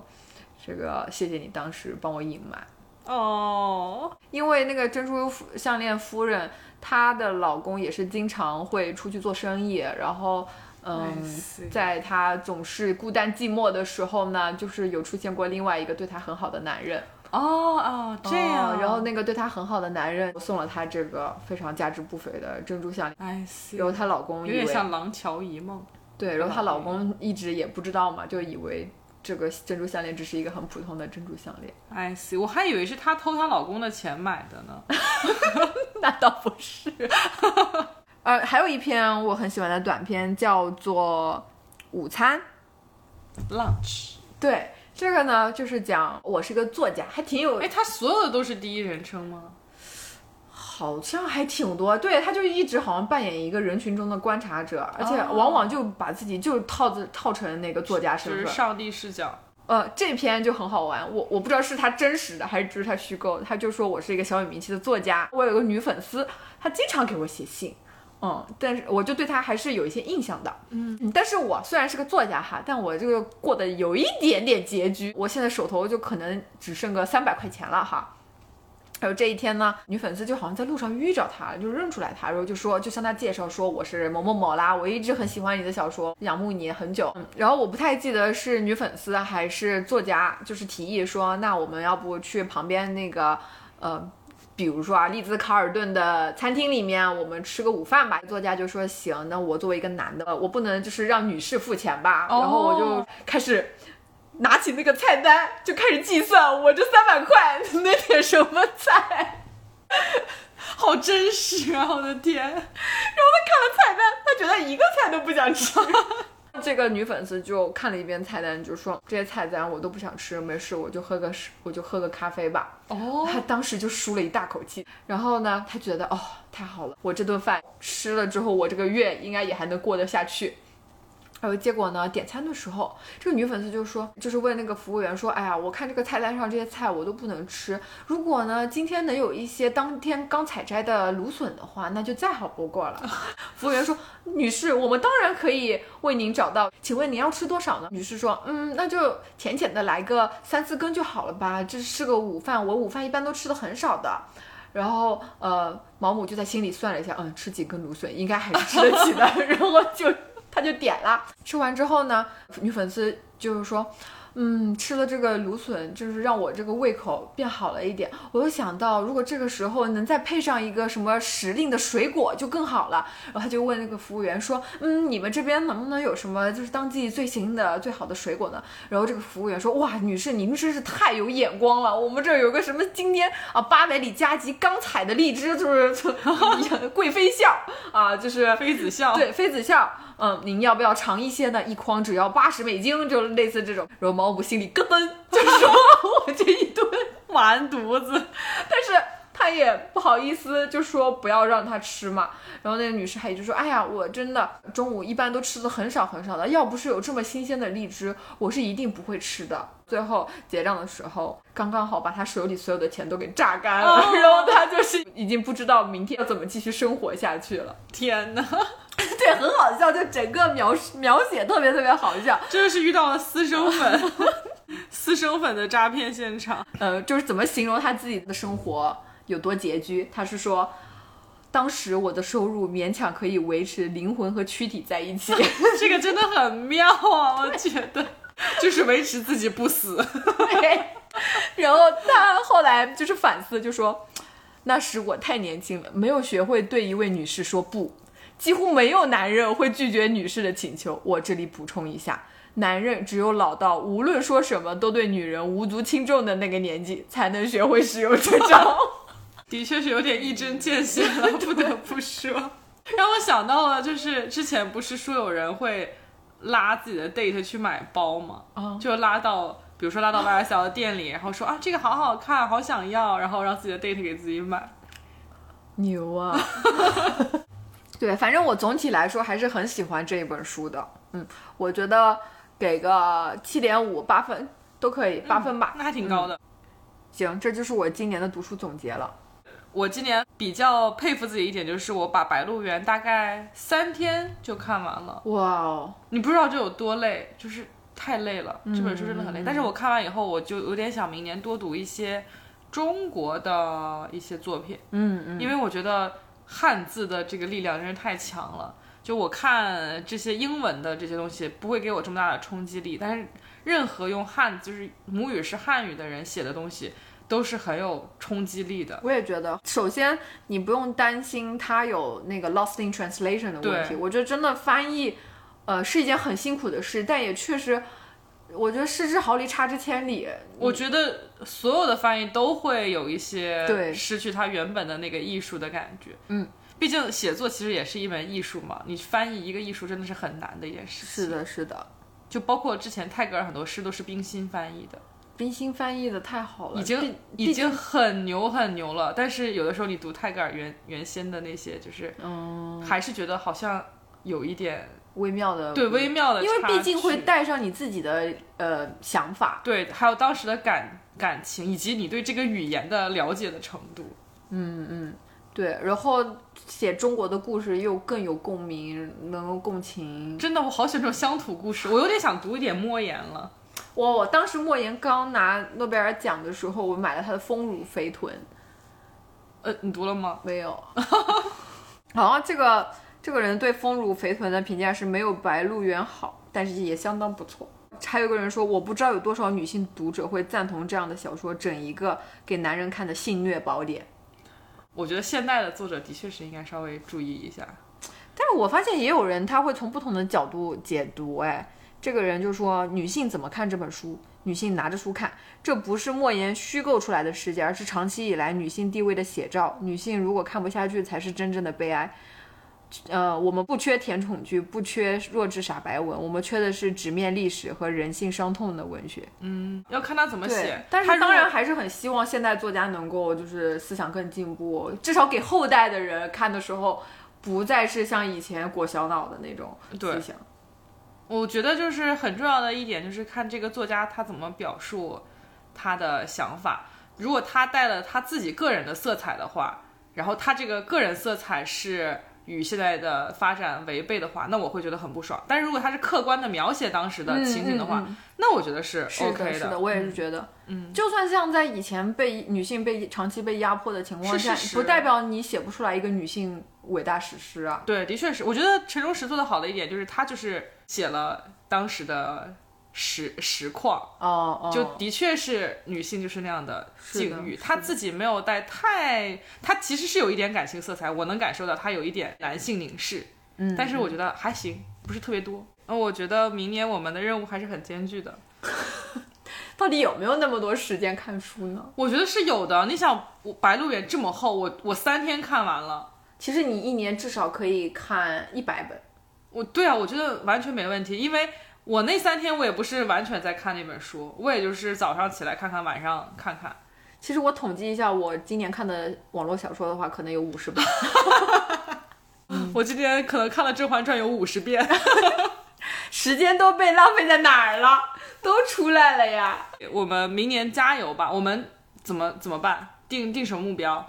S2: 这个谢谢你当时帮我隐瞒。
S1: 哦，
S2: 因为那个珍珠夫项链夫人，她的老公也是经常会出去做生意，然后，嗯
S1: I，see
S2: 在她总是孤单寂寞的时候呢，就是有出现过另外一个对她很好的男人。
S1: 哦哦，这样，
S2: 哦然后那个对她很好的男人送了她这个非常价值不菲的珍珠项链，
S1: I see，
S2: 然后她老
S1: 有
S2: 公以为
S1: 点像《廊桥遗梦》。
S2: 对，然后她老公一直也不知道嘛，就以为这个珍珠项链只是一个很普通的珍珠项链，
S1: I see，我还以为是她偷她老公的钱买的呢。
S2: 那倒不是。呃，还有一篇我很喜欢的短篇叫做《午餐》，
S1: Lunch，
S2: 对这个呢就是讲我是个作家，还挺有
S1: 哎，她所有的都是第一人称吗？
S2: 好像还挺多，对，他就一直好像扮演一个人群中的观察者，而且往往就把自己就套子套成那个作家
S1: 就
S2: 身
S1: 是
S2: 份。
S1: 上帝视角。
S2: 呃，这篇就很好玩，我我不知道是他真实的还是只是他虚构的。他就说我是一个小有名气的作家，我有个女粉丝，她经常给我写信，嗯，但是我就对她还是有一些印象的，嗯，但是我虽然是个作家哈，但我这个过得有一点点拮据，我现在手头就可能只剩个三百块钱了哈。还有这一天呢，女粉丝就好像在路上遇着他，就认出来他，然后就说，就向他介绍说我是某某某啦，我一直很喜欢你的小说，仰慕你很久。嗯然后我不太记得是女粉丝还是作家，就是提议说，那我们要不去旁边那个，呃。比如说啊，利兹卡尔顿的餐厅里面，我们吃个午饭吧。作家就说行，那我作为一个男的，我不能就是让女士付钱吧。然后我就
S1: 哦
S2: 开始拿起那个菜单就开始计算，我这三百块 能点什么菜？
S1: 好真实啊！我的天，
S2: 看了菜单，他觉得一个菜都不想吃。 这个女粉丝就看了一遍菜单，就说这些菜单我都不想吃，没事，我就喝个我就喝个咖啡吧。
S1: 哦，
S2: 她当时就舒了一大口气，然后呢，她觉得哦，太好了，我这顿饭吃了之后，我这个月应该也还能过得下去。然后结果呢，点餐的时候，这个女粉丝就说，就是问那个服务员说，哎呀，我看这个菜单上这些菜我都不能吃，如果呢今天能有一些当天刚采摘的芦笋的话，那就再好不过了。 服务员说，女士，我们当然可以为您找到，请问您要吃多少呢？女士说，嗯，那就浅浅的来个三四根就好了吧，这是个午饭，我午饭一般都吃的很少的。然后，呃，毛姆就在心里算了一下，嗯，吃几根芦笋应该还是吃得起的，然后就他就点了。吃完之后呢，女粉丝就是说，嗯，吃了这个芦笋，就是让我这个胃口变好了一点。我又想到，如果这个时候能再配上一个什么时令的水果，就更好了。然后他就问那个服务员说，嗯，你们这边能不能有什么就是当季最行的、最好的水果呢？然后这个服务员说，哇，女士您真是太有眼光了，我们这儿有个什么今天啊八百里加急刚采的荔枝，就是 贵妃笑啊，就是
S1: 妃子笑。
S2: 对，妃子笑，嗯，您要不要尝一些呢？一筐只要八十美金，就类似这种。然后 毛姆心里咯噔，就说我这一顿，
S1: 完犊子，
S2: 但是他他也不好意思，就说不要让他吃嘛。然后那个女士还就说：“哎呀，我真的中午一般都吃的很少很少的，要不是有这么新鲜的荔枝，我是一定不会吃的。”最后结账的时候，刚刚好把他手里所有的钱都给榨干了，
S1: 哦
S2: 然后他就是已经不知道明天要怎么继续生活下去了。
S1: 天哪，
S2: 对，很好笑，就整个描述描写特别特别好笑。
S1: 真的是遇到了私生 粉，私生粉的诈骗现场。
S2: 呃，就是怎么形容他自己的生活有多拮据？他是说，当时我的收入勉强可以维持灵魂和躯体在一起。
S1: 这个真的很妙啊，我觉得。就是维持自己不死，
S2: 对然后他后来就是反思，就说那时我太年轻了，没有学会对一位女士说不。几乎没有男人会拒绝女士的请求。我这里补充一下，男人只有老到无论说什么都对女人无足轻重的那个年纪，才能学会使用这招。
S1: 的确是有点一针见血了，不得不说。让我想到了，就是之前不是说有人会拉自己的 date 去买包吗？
S2: 啊
S1: 就拉到，比如说拉 到 YSL 的店里，然后说啊这个好好看，好想要，然后让自己的 date 给自己买。
S2: 牛啊！ 对，反正我总体来说还是很喜欢这一本书的。嗯，我觉得给个七点五八分都可以，八分吧。
S1: 那还挺高的。
S2: 行，这就是我今年的读书总结了。
S1: 我今年比较佩服自己一点，就是我把《白鹿原》大概三天就看完了。
S2: 哇哦，
S1: 你不知道这有多累，就是太累了。这本书真的很累，但是我看完以后，我就有点想明年多读一些中国的一些作品，
S2: 嗯嗯，
S1: 因为我觉得汉字的这个力量真是太强了。就我看这些英文的这些东西，不会给我这么大的冲击力，但是任何用汉就是母语是汉语的人写的东西，都是很有冲击力的。
S2: 我也觉得，首先你不用担心它有那个 lost in translation 的问题。
S1: 对
S2: 我觉得真的翻译，呃，是一件很辛苦的事，但也确实，我觉得失之毫厘，差之千里。
S1: 我觉得所有的翻译都会有一些
S2: 对
S1: 失去它原本的那个艺术的感觉。
S2: 嗯，
S1: 毕竟写作其实也是一门艺术嘛，你翻译一个艺术真的是很难的一件事情。
S2: 是，的，是的，
S1: 就包括之前泰戈尔很多诗都是冰心翻译的，
S2: 冰心翻译的太好了，
S1: 已
S2: 毕
S1: 经
S2: 毕
S1: 已经很牛很牛了。但是有的时候你读泰戈尔原原先的那些，就是
S2: 嗯
S1: 还是觉得好像有一点
S2: 微妙的
S1: 对微妙的
S2: 呃因为
S1: 差
S2: 毕竟会
S1: 距
S2: 带上你自己的呃想法。
S1: 对，还有当时的感感情以及你对这个语言的了解的程度。
S2: 对，然后写中国的故事又更有共鸣，能够共情。
S1: 真的，我好喜欢这种乡土故事，我有点想读一点莫言了。
S2: 我我当时莫言刚拿诺贝尔奖的时候，我买了他的《丰乳肥臀》，
S1: 呃，你读了吗？
S2: 没有。 然后这个这个人对《丰乳肥臀》的评价是没有《白鹿原》好，但是也相当不错。还有个人说，我不知道有多少女性读者会赞同这样的小说，整一个给男人看的性虐宝典。
S1: 我觉得现代的作者的确是应该稍微注意一下。
S2: 但是我发现也有人他会从不同的角度解读，哎，这个人就说女性怎么看这本书，女性拿着书看，这不是莫言虚构出来的世界，而是长期以来女性地位的写照。女性如果看不下去，才是真正的悲哀。呃，我们不缺甜宠剧，不缺弱智傻白文，我们缺的是直面历史和人性伤痛的文学。
S1: 嗯，要看他怎么写
S2: 对，。但
S1: 他
S2: 是
S1: 如果
S2: 当然，还是很希望现代作家能够就是思想更进步，至少给后代的人看的时候，不再是像以前裹小脑的那种
S1: 对
S2: 思想。
S1: 我觉得就是很重要的一点，就是看这个作家他怎么表述他的想法。如果他带了他自己个人的色彩的话，然后他这个个人色彩是与现在的发展违背的话，那我会觉得很不爽。但是如果他是客观的描写当时的情景的话，
S2: 嗯嗯嗯
S1: 那我觉得是
S2: 是
S1: OK
S2: 的，是的，我也是觉得，嗯，就算像在以前被女性被长期被压迫的情况
S1: 是
S2: 下，
S1: 事实
S2: 不代表你写不出来一个女性伟大史诗啊。
S1: 对，的确是。我觉得陈忠实做的好的一点就是他就是写了当时的实实况，
S2: 哦哦，
S1: 就的确是女性就是那样的
S2: 是的
S1: 境遇。
S2: 是
S1: 他
S2: 的
S1: 自己没有带太，他其实是有一点感情色彩，我能感受到他有一点男性凝视，
S2: 嗯，
S1: 但是我觉得还行，不是特别多。那我觉得明年我们的任务还是很艰巨的。
S2: 到底有没有那么多时间看书呢？
S1: 我觉得是有的。你想，我《白鹿原》这么厚，我我三天看完了。
S2: 其实你一年至少可以看一百本。
S1: 我对啊，我觉得完全没问题，因为我那三天我也不是完全在看那本书，我也就是早上起来看看，晚上看看。
S2: 其实我统计一下，我今年看的网络小说的话，可能有五十本。嗯
S1: 我今天可能看了《甄嬛传》有五十遍，
S2: 时间都被浪费在哪儿了？都出来了呀！
S1: 我们明年加油吧！我们怎么怎么办？定定什么目标？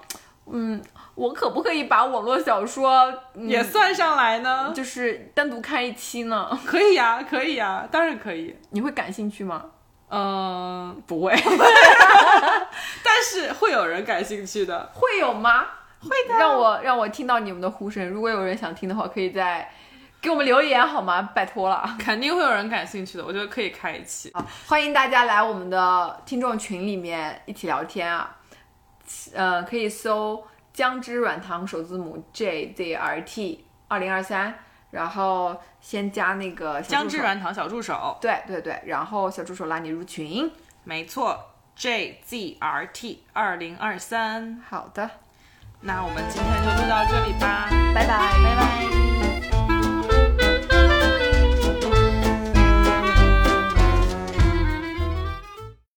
S2: 嗯，我可不可以把网络小说嗯
S1: 也算上来呢？
S2: 就是单独看一期呢？
S1: 可以呀、可以呀、当然可以。
S2: 你会感兴趣吗？
S1: 嗯，不会， 但是会有人感兴趣的。
S2: 会有吗？会的。让我让我听到你们的呼声。如果有人想听的话，可以在给我们留言好吗？拜托了。
S1: 肯定会有人感兴趣的，我觉得可以开一期。
S2: 好，欢迎大家来我们的听众群里面一起聊天啊。呃，可以搜“姜汁软糖”首字母 J Z R T 二零二三，然后先加那个小
S1: 姜
S2: 助
S1: 汁
S2: 手，
S1: 软糖小助手，
S2: 对对对，然后小助手拉你入群。
S1: 没错，J Z R T 二零二三。
S2: 好的，
S1: 那我们今天就录到这里吧，
S2: 拜拜，
S1: 拜拜。